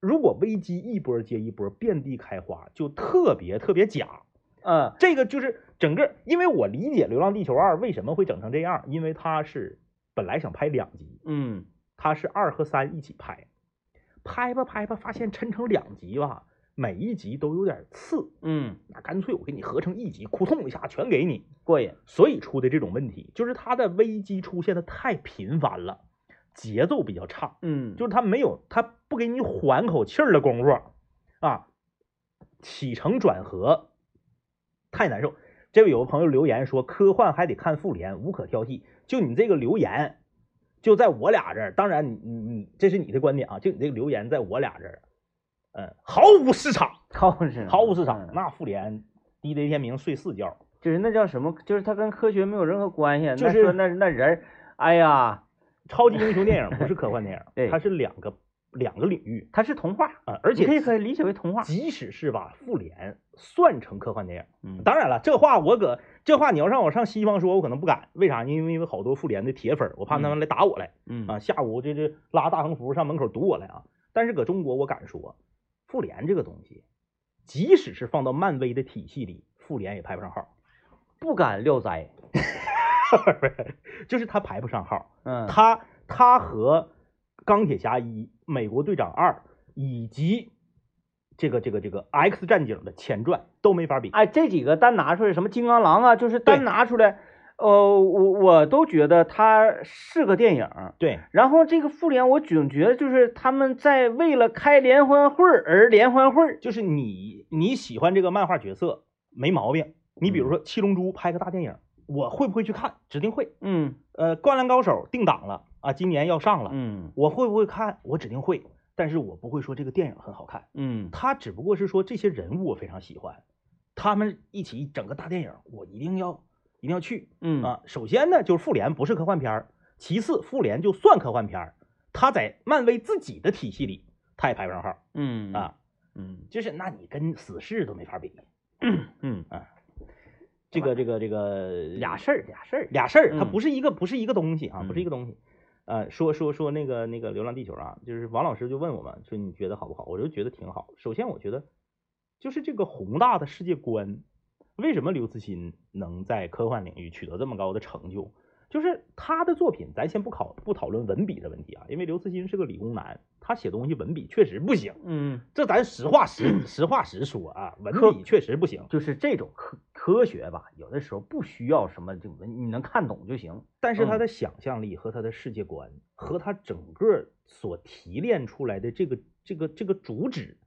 [SPEAKER 2] 如果危机一波接一波，遍地开花，就特别特别假。
[SPEAKER 1] 嗯
[SPEAKER 2] 这个就是整个，因为我理解《流浪地球二》为什么会整成这样，因为它是本来想拍两集，
[SPEAKER 1] 嗯，
[SPEAKER 2] 它是二和三一起拍，拍吧拍吧，发现抻成两集吧，每一集都有点次，
[SPEAKER 1] 嗯，
[SPEAKER 2] 那干脆我给你合成一集，扑通一下全给你。
[SPEAKER 1] 过瘾。
[SPEAKER 2] 所以出的这种问题，就是它的危机出现的太频繁了，节奏比较差，
[SPEAKER 1] 嗯，
[SPEAKER 2] 就是它没有，它不给你缓口气儿的功夫啊，起承转合太难受。这位有个朋友留言说，科幻还得看复联，无可挑剔。就你这个留言，就在我俩这儿，当然你你你，这是你的观点啊，就你这个留言在我俩这儿，嗯，毫无市场，
[SPEAKER 1] 毫无市场，
[SPEAKER 2] 毫无市场
[SPEAKER 1] 嗯。
[SPEAKER 2] 那复联，DJ 天明睡四觉。
[SPEAKER 1] 就是那叫什么？就是它跟科学没有任何关系。
[SPEAKER 2] 就
[SPEAKER 1] 那
[SPEAKER 2] 是
[SPEAKER 1] 说那那人儿，哎呀，
[SPEAKER 2] 超级英雄电影不是科幻电影，
[SPEAKER 1] *laughs* 对
[SPEAKER 2] 它是两个两个领域
[SPEAKER 1] 它是童话，
[SPEAKER 2] 啊、而
[SPEAKER 1] 你可以
[SPEAKER 2] 且
[SPEAKER 1] 可以理解为童话。
[SPEAKER 2] 即使是把复联算成科幻电影，
[SPEAKER 1] 嗯，
[SPEAKER 2] 当然了，这话我搁这话你要让我上西方说，我可能不敢，为啥？因为因为好多复联的铁粉儿，我怕他们来打我来、
[SPEAKER 1] 嗯
[SPEAKER 2] 啊，下午这这拉大横幅上门口堵我来啊。但是搁中国，我敢说，复联这个东西，即使是放到漫威的体系里，复联也排不上号，
[SPEAKER 1] 不敢聊斋。
[SPEAKER 2] *laughs* 就是它排不上号。
[SPEAKER 1] 嗯，
[SPEAKER 2] 他他和钢铁侠一、美国队长二以及这个这个这个 X 战警的前传都没法比。
[SPEAKER 1] 哎，这几个单拿出来，什么金刚狼啊，就是单
[SPEAKER 2] 对
[SPEAKER 1] 拿出来，呃，我我都觉得它是个电影。
[SPEAKER 2] 对，
[SPEAKER 1] 然后这个复联，我总觉得就是他们在为了开联欢会儿而联欢会儿。
[SPEAKER 2] 就是你你喜欢这个漫画角色没毛病。你比如
[SPEAKER 1] 嗯
[SPEAKER 2] 说《七龙珠》拍个大电影，我会不会去看？指定会。
[SPEAKER 1] 嗯
[SPEAKER 2] 呃，《灌篮高手》定档了啊，今年要上了，
[SPEAKER 1] 嗯
[SPEAKER 2] 我会不会看？我指定会，但是我不会说这个电影很好看。
[SPEAKER 1] 嗯，
[SPEAKER 2] 他只不过是说这些人物我非常喜欢，他们一起整个大电影，我一定要一定要去
[SPEAKER 1] 嗯
[SPEAKER 2] 啊。首先呢，就是复联不是科幻片儿，其次复联就算科幻片儿，他在漫威自己的体系里，他也排不上号儿
[SPEAKER 1] 嗯
[SPEAKER 2] 啊。
[SPEAKER 1] 嗯
[SPEAKER 2] 就是那你跟死侍都没法比，
[SPEAKER 1] 嗯
[SPEAKER 2] 这个这个这个
[SPEAKER 1] 俩事儿俩事儿。
[SPEAKER 2] 俩事儿，它
[SPEAKER 1] 嗯
[SPEAKER 2] 不是一个不是一个东西啊，不是
[SPEAKER 1] 嗯
[SPEAKER 2] 一个东西。呃，说说说那个那个《流浪地球》啊，就是王老师就问我们，说你觉得好不好？我就觉得挺好。首先，我觉得就是这个宏大的世界观，为什么刘慈欣能在科幻领域取得这么高的成就？就是他的作品，咱先不考不讨论文笔的问题啊，因为刘慈欣是个理工男，他写东西文笔确实不行，
[SPEAKER 1] 嗯，
[SPEAKER 2] 这咱实话实实话实说啊，
[SPEAKER 1] 科
[SPEAKER 2] 文笔确实不行。
[SPEAKER 1] 就是这种科科学吧，有的时候不需要什么，就你能看懂就行。
[SPEAKER 2] 但是他
[SPEAKER 1] 嗯
[SPEAKER 2] 的想象力和他的世界观和他整个所提炼出来的这个这个这个主旨，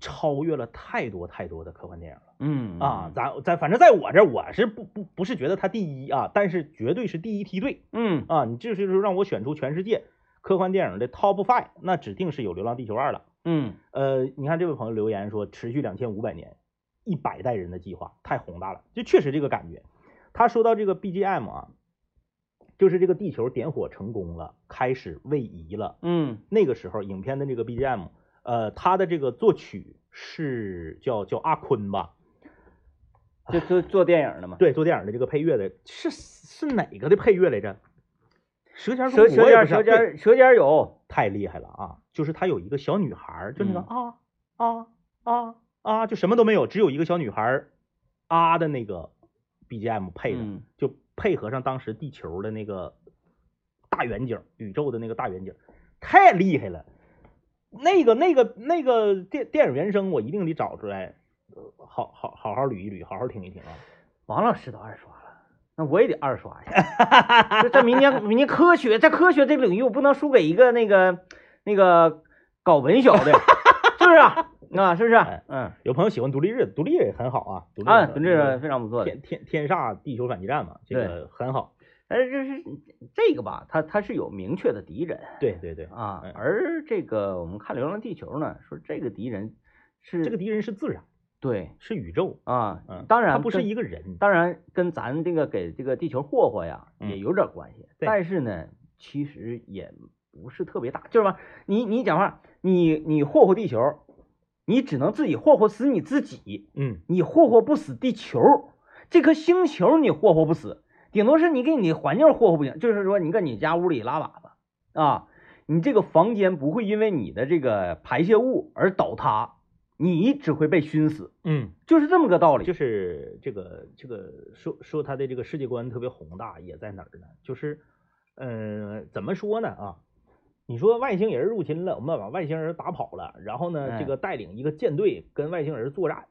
[SPEAKER 2] 超越了太多太多的科幻电影了
[SPEAKER 1] 嗯
[SPEAKER 2] 啊！咱咱反正在我这儿我是不不不是觉得他第一啊，但是绝对是第一梯队
[SPEAKER 1] 嗯
[SPEAKER 2] 啊！你这就是让我选出全世界科幻电影的 top five，那指定是有《流浪地球二》了。
[SPEAKER 1] 嗯
[SPEAKER 2] 呃，你看这位朋友留言说，持续两千五百年，一百代人的计划太宏大了，就确实这个感觉。他说到这个 BGM 啊，就是这个地球点火成功了，开始位移了。
[SPEAKER 1] 嗯
[SPEAKER 2] 那个时候，影片的这个 BGM，呃，他的这个作曲是叫叫阿坤吧？
[SPEAKER 1] 就做做电影的嘛。
[SPEAKER 2] 对，做电影的这个配乐的是是哪个的配乐来着？舌尖
[SPEAKER 1] 舌
[SPEAKER 2] 中
[SPEAKER 1] 舌
[SPEAKER 2] 国
[SPEAKER 1] 尖
[SPEAKER 2] 也不是
[SPEAKER 1] 舌
[SPEAKER 2] 对
[SPEAKER 1] 尖舌尖有，
[SPEAKER 2] 太厉害了啊！就是她有一个小女孩儿，就那个啊啊啊啊，就什么都没有，只有一个小女孩儿啊的那个 BGM 配的，
[SPEAKER 1] 嗯
[SPEAKER 2] 就配合上当时地球的那个大远景，宇宙的那个大远景，太厉害了。那个、那个、那个电电影原声，我一定得找出来，呃好好好好捋一捋，好好听一听啊。
[SPEAKER 1] 王老师都二刷了，那我也得二刷呀。 *laughs* 就在民间民间科学，在科学这个领域，我不能输给一个那个那个搞文学的， *laughs* 是不是啊？啊，是不是
[SPEAKER 2] 哎
[SPEAKER 1] 啊？嗯
[SPEAKER 2] 有朋友喜欢独立日，独立日也很好啊，独立
[SPEAKER 1] 啊，
[SPEAKER 2] 日
[SPEAKER 1] 这个非常不错的。
[SPEAKER 2] 天天天煞地球反击战嘛，这个很好。
[SPEAKER 1] 但是就是呃这个吧，它它是有明确的敌人
[SPEAKER 2] 对对对，
[SPEAKER 1] 啊
[SPEAKER 2] 嗯，
[SPEAKER 1] 而这个我们看《流浪地球》呢，说这个敌人是
[SPEAKER 2] 这个敌人是自然，
[SPEAKER 1] 对
[SPEAKER 2] 是宇宙，
[SPEAKER 1] 啊
[SPEAKER 2] 嗯，，
[SPEAKER 1] 嗯当然
[SPEAKER 2] 他不是
[SPEAKER 1] 跟
[SPEAKER 2] 一个人，
[SPEAKER 1] 当然跟咱这个给这个地球霍霍呀
[SPEAKER 2] 嗯
[SPEAKER 1] 也有点关系，
[SPEAKER 2] 对
[SPEAKER 1] 但是呢，其实也不是特别大，就是吧，你你讲话，你你霍霍地球，你只能自己霍霍死你自己，
[SPEAKER 2] 嗯，
[SPEAKER 1] 你霍霍不死地球，这颗星球你霍霍不死，顶多是你给你环境霍霍不行，就是说你搁你家屋里拉粑粑啊，你这个房间不会因为你的这个排泄物而倒塌，你只会被熏死，
[SPEAKER 2] 嗯，
[SPEAKER 1] 就是这么个道理，
[SPEAKER 2] 就是这个这个说说他的这个世界观特别宏大，也在哪儿呢？就是，呃，怎么说呢啊？你说外星人入侵了，我们把外星人打跑了，然后呢，
[SPEAKER 1] 哎
[SPEAKER 2] 这个带领一个舰队跟外星人作战，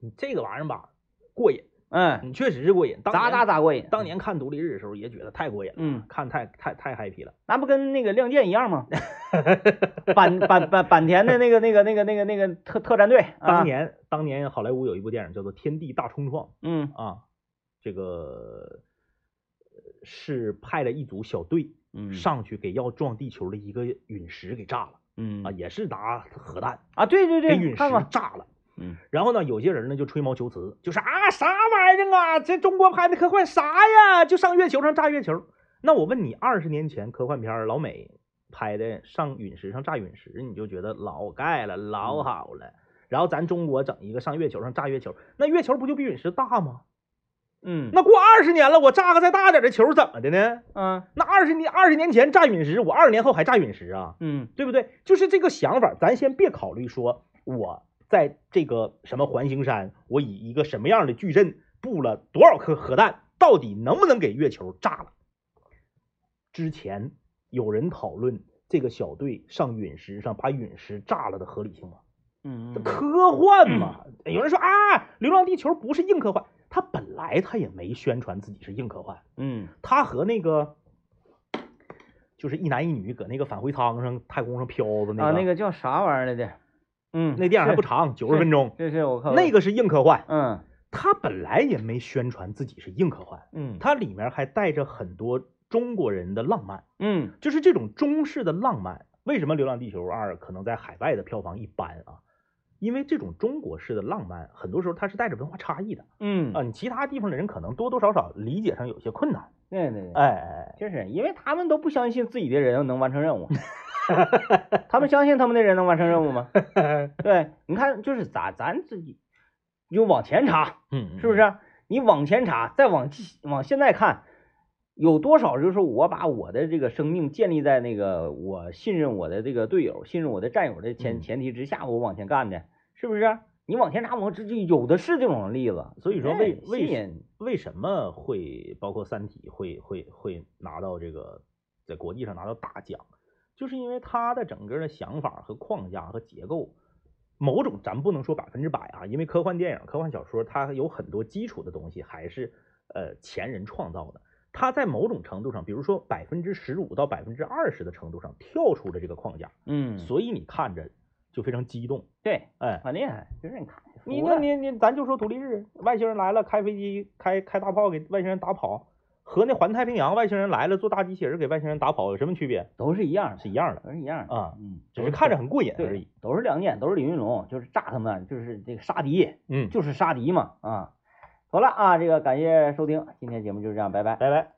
[SPEAKER 2] 你这个玩意儿吧，过瘾，
[SPEAKER 1] 嗯，
[SPEAKER 2] 你确实是过瘾。当
[SPEAKER 1] 咋
[SPEAKER 2] 年
[SPEAKER 1] 咋咋过瘾，
[SPEAKER 2] 当年看《独立日》的时候也觉得太过瘾了，
[SPEAKER 1] 嗯，
[SPEAKER 2] 看太太太 happy 了。
[SPEAKER 1] 那不跟那个《亮剑》一样吗？
[SPEAKER 2] *laughs*
[SPEAKER 1] 坂坂坂坂田的那个那个那个那个那个特特战队，啊
[SPEAKER 2] 当，年、当年好莱坞有一部电影叫做《天地大冲撞》。
[SPEAKER 1] 嗯
[SPEAKER 2] 啊，这个呃是派了一组小队
[SPEAKER 1] 嗯
[SPEAKER 2] 上去给要撞地球的一个陨石给炸了、
[SPEAKER 1] 嗯
[SPEAKER 2] 啊，也是拿核弹
[SPEAKER 1] 啊，对对
[SPEAKER 2] 给
[SPEAKER 1] 对，
[SPEAKER 2] 陨石
[SPEAKER 1] 看看，
[SPEAKER 2] 炸了。
[SPEAKER 1] 嗯
[SPEAKER 2] 然后呢，有些人呢就吹毛求疵，就是啊啥玩意儿啊，这中国拍的科幻啥呀，就上月球上炸月球。那我问你，二十年前科幻片儿老美拍的上陨石上炸陨石，你就觉得老盖了，老
[SPEAKER 1] 嗯
[SPEAKER 2] 好了。然后咱中国整一个上月球上炸月球，那月球不就比陨石大吗？
[SPEAKER 1] 嗯，
[SPEAKER 2] *laughs* 那过二十年了，我炸个再大点的球怎么的呢？
[SPEAKER 1] 嗯
[SPEAKER 2] 那二十年二十年前炸陨石，我二十年后还炸陨石啊，
[SPEAKER 1] 嗯
[SPEAKER 2] 对不对？就是这个想法，咱先别考虑说我在这个什么环形山，我以一个什么样的矩阵布了多少颗核弹，到底能不能给月球炸了？之前有人讨论这个小队上陨石上把陨石炸了的合理性吗？
[SPEAKER 1] 嗯
[SPEAKER 2] 这科幻嘛，有人说啊，《流浪地球》不是硬科幻，它本来它也没宣传自己是硬科幻，
[SPEAKER 1] 嗯
[SPEAKER 2] 它和那个就是一男一女搁那个返回舱上太空上飘的那个、
[SPEAKER 1] 啊，那个叫啥玩意儿来着？嗯，
[SPEAKER 2] 那电影还不长，九十分钟，
[SPEAKER 1] 这是我看
[SPEAKER 2] 那
[SPEAKER 1] 个，
[SPEAKER 2] 个是硬科幻，
[SPEAKER 1] 嗯
[SPEAKER 2] 它本来也没宣传自己是硬科幻，
[SPEAKER 1] 嗯
[SPEAKER 2] 它里面还带着很多中国人的浪漫，
[SPEAKER 1] 嗯
[SPEAKER 2] 就是这种中式的浪漫。为什么《流浪地球二》可能在海外的票房一般啊？因为这种中国式的浪漫，很多时候它是带着文化差异的
[SPEAKER 1] 嗯
[SPEAKER 2] 啊、，你其他地方的人可能多多少少理解上有些困难。
[SPEAKER 1] 对对对，
[SPEAKER 2] 哎哎
[SPEAKER 1] 就是因为他们都不相信自己的人能完成
[SPEAKER 2] *laughs*
[SPEAKER 1] 任务，他们相信他们的人能完成任务吗？
[SPEAKER 2] 哎，
[SPEAKER 1] *laughs* 对，你看，就是咱咱自己就往前查，
[SPEAKER 2] 嗯，
[SPEAKER 1] 是不？是？你往前查，再往记往现在看，有多少就是我把我的这个生命建立在那个我信任我的这个队友、信任我的战友的前
[SPEAKER 2] 嗯
[SPEAKER 1] 前提之下，我往前干的，是不是？你往前查，我这就有的是这种例子。
[SPEAKER 2] 所以说
[SPEAKER 1] 哎
[SPEAKER 2] 为为
[SPEAKER 1] 吸引，
[SPEAKER 2] 为什么会包括《三体》会会会拿到这个在国际上拿到大奖，就是因为他的整个的想法和框架和结构，某种咱不能说百分之百啊，因为科幻电影、科幻小说它有很多基础的东西还是呃前人创造的。它在某种程度上，比如说百分之十五到百分之二十的程度上跳出了这个框架，
[SPEAKER 1] 嗯，
[SPEAKER 2] 所以你看着就非常激动，
[SPEAKER 1] 对，
[SPEAKER 2] 哎，
[SPEAKER 1] 很厉害，就是你看，
[SPEAKER 2] 你
[SPEAKER 1] 服
[SPEAKER 2] 那
[SPEAKER 1] 了
[SPEAKER 2] 你你，咱就说独立日，外星人来了，开飞机开开大炮给外星人打跑，和那环太平洋外星人来了坐大机器人给外星人打跑有什么区别？
[SPEAKER 1] 都是一样的，
[SPEAKER 2] 是一样的
[SPEAKER 1] 都是一样的，
[SPEAKER 2] 啊，
[SPEAKER 1] 嗯，
[SPEAKER 2] 只是看着很过瘾而
[SPEAKER 1] 对
[SPEAKER 2] 已。，
[SPEAKER 1] 都是亮剑，都是李云龙，就是炸他们，就是这个杀敌，
[SPEAKER 2] 嗯，
[SPEAKER 1] 就是杀敌嘛，啊，好了啊，这个感谢收听，今天节目就是这样，拜拜。
[SPEAKER 2] 拜拜。